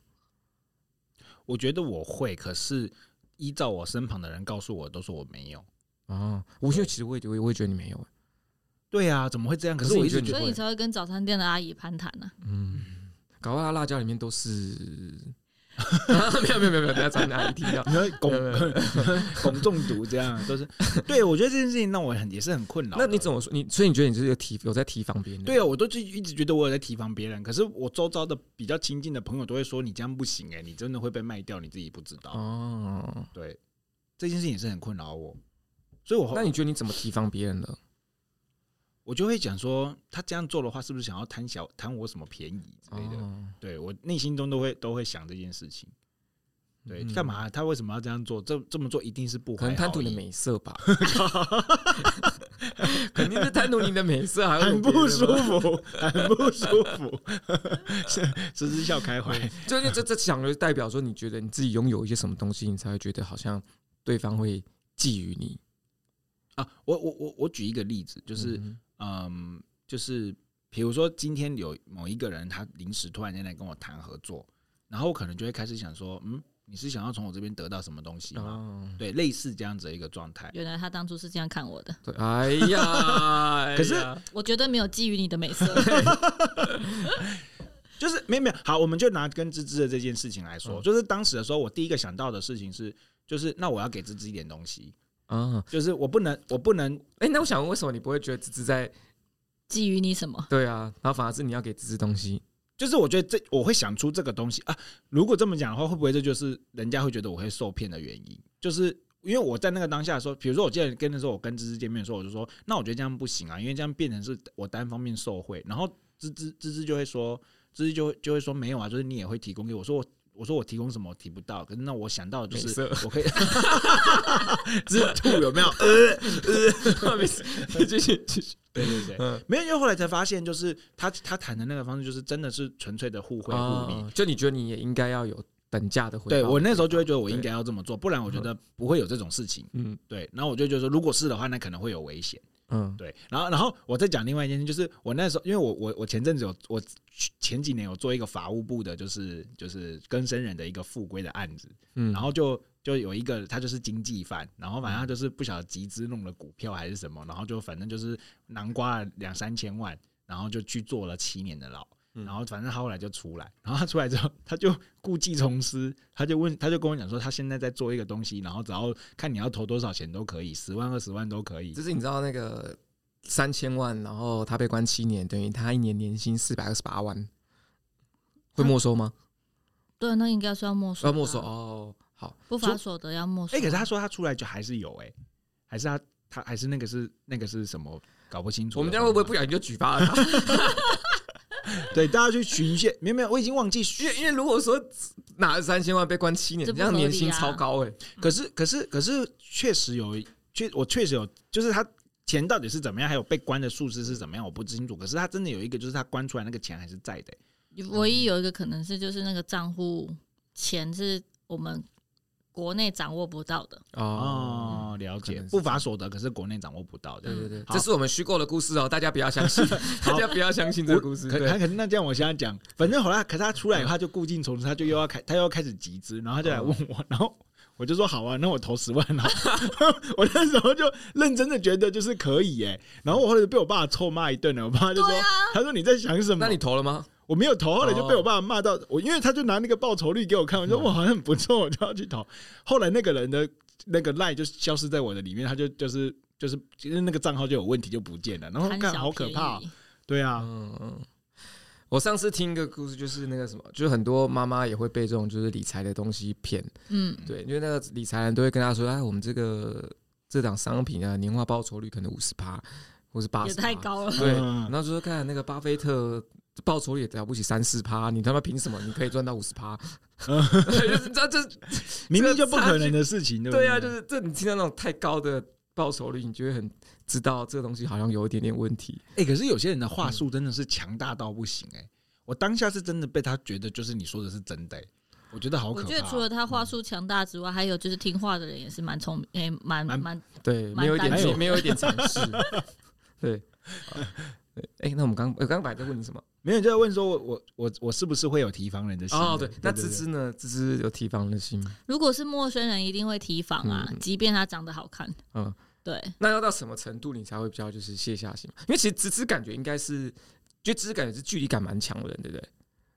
Speaker 1: 我觉得我会，可是依照我身旁的人告诉我，都说我没有。
Speaker 3: 哦，我觉得其实我也觉得我也觉得你没有欸，
Speaker 1: 对啊，怎么会这样？可是
Speaker 3: 可是
Speaker 1: 我
Speaker 3: 你
Speaker 1: 一直觉
Speaker 3: 觉得
Speaker 1: 得
Speaker 2: 所以你才会跟早餐店的阿姨攀谈啊呢、
Speaker 3: 嗯，搞不好他辣椒里面都是，没有没有没有没有，等一下找哪里听到？
Speaker 1: 你会
Speaker 3: 没有没有
Speaker 1: 汞 汞中毒，这样 都是。对，我觉得这件事情让我很也是很困扰的。
Speaker 3: 那你怎么说？你所以你觉得你是有提有在提防别人？
Speaker 1: 对啊，我都就一直觉得我有在提防别人，可是我周遭的比较亲近的朋友都会说你这样不行哎、你真的会被卖掉，你自己不知道。
Speaker 3: 哦，
Speaker 1: 对，这件事情也是很困扰我，所以我后
Speaker 3: 那你觉得你怎么提防别人的？
Speaker 1: 我就会讲说，他这样做的话，是不是想要贪小贪我什么便宜之类的？
Speaker 3: 哦
Speaker 1: 对我内心中都会都会想这件事情。对，
Speaker 3: 嗯
Speaker 1: 干嘛、他为什么要这样做？这这么做一定是不
Speaker 3: 可能
Speaker 1: 怀好
Speaker 3: 贪图你
Speaker 1: 意
Speaker 3: 的美色吧，肯定是贪图你的美色，还会有
Speaker 1: 很
Speaker 3: 别
Speaker 1: 不
Speaker 3: 的
Speaker 1: 舒
Speaker 3: 吗。
Speaker 1: 服，很不舒服， 是是笑开怀。
Speaker 3: 就是这这讲就代表说，你觉得你自己拥有一些什么东西，你才会觉得好像对方会觊觎你。
Speaker 1: 啊，我我我我举一个例子，就是
Speaker 3: 嗯
Speaker 1: 嗯就是比如说今天有某一个人他临时突然间来跟我谈合作，然后我可能就会开始想说，嗯，你是想要从我这边得到什么东西吗？
Speaker 3: 哦，
Speaker 1: 对，类似这样子的一个状态。
Speaker 2: 原来他当初是这样看我的，
Speaker 3: 对，哎呀，哎呀
Speaker 1: 可是
Speaker 2: 我绝对没有觊觎你 的美色。
Speaker 1: 就是没有没有好，我们就拿跟芝芝的这件事情来说，
Speaker 3: 嗯
Speaker 1: 就是当时的时候，我第一个想到的事情是，就是那我要给芝芝一点东西，
Speaker 3: 啊，
Speaker 1: 就是我不能我不能
Speaker 3: 哎，那我想问，为什么你不会觉得芝芝在？
Speaker 2: 觊觎你什么？
Speaker 3: 对啊，然后反而是你要给芝芝 东西，
Speaker 1: 就是我觉得这我会想出这个东西啊。如果这么讲的话，会不会这就是人家会觉得我会受骗的原因？就是因为我在那个当下说，比如说我今天跟的时候，我跟芝芝见面的时候，我就说，那我觉得这样不行啊，因为这样变成是我单方面受贿。然后芝芝芝芝就会说，知识就会就会说没有啊，就是你也会提供给我。我说我我说我提供什么我提不到，可是那我想到的就
Speaker 3: 美
Speaker 1: 是
Speaker 3: 色
Speaker 1: 我可以，
Speaker 3: 只是吐有没有？呃呃，没事，你 继续继续。
Speaker 1: 对对对，
Speaker 3: 嗯，
Speaker 1: 没有，因为后来才发现，就是他他谈的那个方式，就是真的是纯粹的互惠互利。
Speaker 3: 啊就你觉得你也应该要有等价的回报？
Speaker 1: 对嗯我那时候就会觉得我应该要这么做，不然我觉得不会有这种事情。
Speaker 3: 嗯
Speaker 1: 对，然后我就觉得说，如果是的话，那可能会有危险。
Speaker 3: 嗯
Speaker 1: 对，然后然后我再讲另外一件事，就是我那时候，因为我我我前阵子有我前几年有做一个法务部的，就是就是更生人的一个复归的案子，
Speaker 3: 嗯，
Speaker 1: 然后就就有一个他就是经济犯，然后反正他就是不晓得集资弄了股票还是什么，然后就反正就是南瓜两三千万，然后就去坐了七年的牢。
Speaker 3: 嗯
Speaker 1: 然后反正他后来就出来，然后他出来之后，他就故技重施，他就问，他就跟我讲说，他现在在做一个东西，然后只要看你要投多少钱都可以，十万二十万都可以
Speaker 3: 就，是你知道那个三千万，然后他被关七年，等于他一年年薪四百二十八万，会没收吗？
Speaker 2: 对，啊那应该是要没收，
Speaker 3: 要没收，
Speaker 1: 啊
Speaker 3: 哦。好，
Speaker 2: 不法所得要没收。啊
Speaker 1: 哎、可是他说他出来就还是有哎、还是他他还是那个是那个是什么搞不清楚的
Speaker 3: 我们
Speaker 1: 方法。
Speaker 3: 家会不会不小心就举报 了他？
Speaker 1: 对大家去寻一些？没有没有，我已经忘记
Speaker 3: 因为因为如果说拿三千万被关七年，
Speaker 2: 这
Speaker 3: 这
Speaker 2: 不
Speaker 3: 样
Speaker 2: 合理
Speaker 3: 年薪
Speaker 2: 啊
Speaker 3: 超高哎、
Speaker 1: 可是可是可是确实有确我确实有，就是他钱到底是怎么样，还有被关的数字是怎么样，我不清楚。可是他真的有一个，就是他关出来那个钱还是在的、
Speaker 2: 唯一有一个可能是，就是那个账户钱是我们国内掌握不到的。
Speaker 3: 哦，
Speaker 1: 哦，了
Speaker 3: 可
Speaker 1: 解
Speaker 3: 能是嗯
Speaker 1: 不法所得，可是国内掌握不到的
Speaker 3: 对。对对，
Speaker 1: 嗯好
Speaker 3: 这是我们虚构的故事哦，大家不要相 信， 大家不要相信这个故事。
Speaker 1: 可
Speaker 3: 对嗯
Speaker 1: 可可是那这样，我现在讲，反正好啦，可是他出来以后，他就故进重施，他就又要开，他又要开始集资，然后他
Speaker 3: 哦
Speaker 1: 就来问我，然后我就说好啊，那我投十万啊， 我那时候就认真的觉得就是可以耶、然后我后来就被我爸臭骂一顿了，我爸就说，他说你在想什么？
Speaker 3: 啊那你投了吗？
Speaker 1: 我没有投，后来就被我爸爸骂到我，因为他就拿那个报酬率给我看，我说哇好像很不错，我就要去投。后来那个人的那个赖就消失在我的里面，他就就是就是就是那个账号就有问题就不见了，然后
Speaker 2: 贪
Speaker 1: 看
Speaker 2: 小
Speaker 1: 好可
Speaker 2: 便
Speaker 1: 怕哦，
Speaker 2: 宜
Speaker 1: 对啊，
Speaker 3: 嗯嗯。我上次听一个故事，就是那个什么，就是很多妈妈也会被这种就是理财的东西骗，
Speaker 2: 嗯，
Speaker 3: 对，因为那个理财人都会跟他说，哎，我们这个这档商品啊，年化报酬率可能五十趴，或是八
Speaker 1: 啊
Speaker 2: 也
Speaker 3: 十，
Speaker 2: 太。高了。
Speaker 3: 对，
Speaker 1: 嗯
Speaker 3: 然后就说看那个巴菲特报酬率也了不起三四趴，你他妈凭什么你可以赚到五十趴？
Speaker 1: 嗯
Speaker 3: 就是这这
Speaker 1: 明明就不可能的事情，对不
Speaker 3: 对
Speaker 1: 对
Speaker 3: 啊，就是这你听到那种太高的报酬率，你就会很知道这个东西好像有一点点问题。
Speaker 1: 哎、可是有些人的话术真的是强大到不行哎、我当下是真的被他觉得就是你说的是真的、哎我觉得好
Speaker 2: 我
Speaker 1: 可
Speaker 2: 觉得
Speaker 1: 怕
Speaker 2: 除
Speaker 1: 哦。
Speaker 2: 了他
Speaker 3: 嗯
Speaker 2: 话术强大之外，还有就是听话的人也是蛮聪明，诶、蛮
Speaker 1: 蛮
Speaker 2: 蛮
Speaker 3: 对，
Speaker 2: 蛮
Speaker 3: 没有一
Speaker 2: 担
Speaker 1: 心
Speaker 3: 点没有一点常识。对，对哎、那我们刚我刚刚本来在问你什么？
Speaker 1: 没有人就在问说我，我我我是不是会有提防人的心的？
Speaker 3: 哦，对，那芝
Speaker 1: 对
Speaker 3: 芝呢？芝芝有提防的心吗？
Speaker 2: 如果是陌生人，一定会提防啊，
Speaker 3: 嗯
Speaker 2: 即便他长得好看。
Speaker 3: 嗯，
Speaker 2: 对，
Speaker 3: 那要到什么程度你才会比较就是卸下心？因为其实芝芝感觉应该是，就芝芝感觉是距离感蛮强的人，对不对？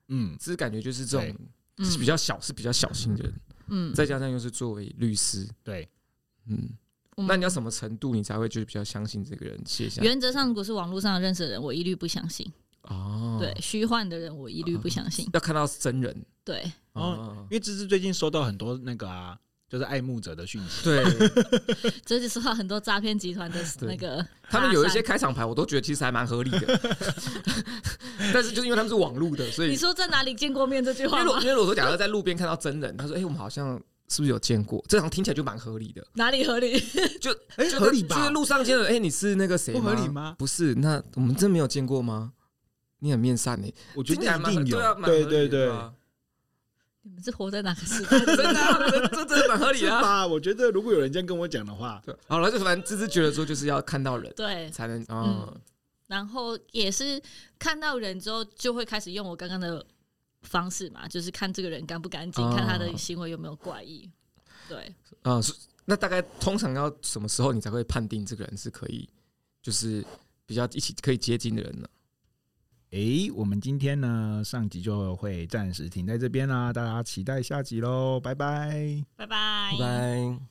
Speaker 1: 嗯，
Speaker 3: 芝芝感觉就是这种
Speaker 2: 嗯
Speaker 3: 是比较小，是比较小心的人，
Speaker 2: 嗯，
Speaker 3: 再加上又是作为律师，
Speaker 1: 对，
Speaker 3: 嗯，
Speaker 2: 我们
Speaker 3: 那你要什么程度你才会就是比较相信这个人卸下？
Speaker 2: 原则上，如果是网络上认识的人，我一律不相信。
Speaker 3: 哦，
Speaker 2: 对，，虚幻的人我一律不相信。
Speaker 3: 要看到是真人
Speaker 2: 对，
Speaker 1: 哦因为芝芝最近收到很多那个啊，就是爱慕者的讯息。
Speaker 3: 对
Speaker 2: 这就受到很多诈骗集团的
Speaker 3: 对
Speaker 2: 那个
Speaker 3: 他们有一些开场牌，我都觉得其实还蛮合理 的，但是就是因为他们是网路的，所以
Speaker 2: 你说在哪里见过面这句
Speaker 3: 因为
Speaker 2: 话
Speaker 3: 如果
Speaker 2: 吗？
Speaker 3: 因为我说假如在路边看到真人，他说：“哎、我们好像是不是有见过？”这好像听起来就蛮合理的，
Speaker 2: 哪里合理？
Speaker 3: 就
Speaker 1: 哎、
Speaker 3: 就
Speaker 1: 合理吧？
Speaker 3: 就是路上见了，哎、你是那个谁？
Speaker 1: 不合理？吗？
Speaker 3: 不是，那我们真没有见过吗？你很面善呢、欸
Speaker 1: 我觉
Speaker 3: 听起
Speaker 1: 得
Speaker 3: 来
Speaker 1: 一
Speaker 3: 蛮合
Speaker 1: 定
Speaker 3: 对
Speaker 1: 有，
Speaker 3: 啊，蛮合
Speaker 1: 对
Speaker 3: 理
Speaker 1: 对
Speaker 3: 的
Speaker 1: 对，
Speaker 3: 啊
Speaker 2: 你们是活在哪个时代？
Speaker 3: 真的啊、这这真的蛮合理
Speaker 1: 是
Speaker 3: 的、啊。
Speaker 1: 吧？我觉得如果有人这样跟我讲的话，
Speaker 3: 对，好了，就反正芝芝觉得说就是要看到人
Speaker 2: 对，
Speaker 3: 才能啊、嗯
Speaker 2: 然后也是看到人之后，就会开始用我刚刚的方式嘛，就是看这个人干不干净，
Speaker 3: 哦
Speaker 2: 看他的行为有没有怪异。对，
Speaker 3: 啊、是那大概通常要什么时候你才会判定这个人是可以，就是比较一起可以接近的人呢？
Speaker 1: 诶，我们今天呢上集就会暂时停在这边啦，大家期待下集喽，拜拜。
Speaker 2: 拜拜
Speaker 3: 拜拜。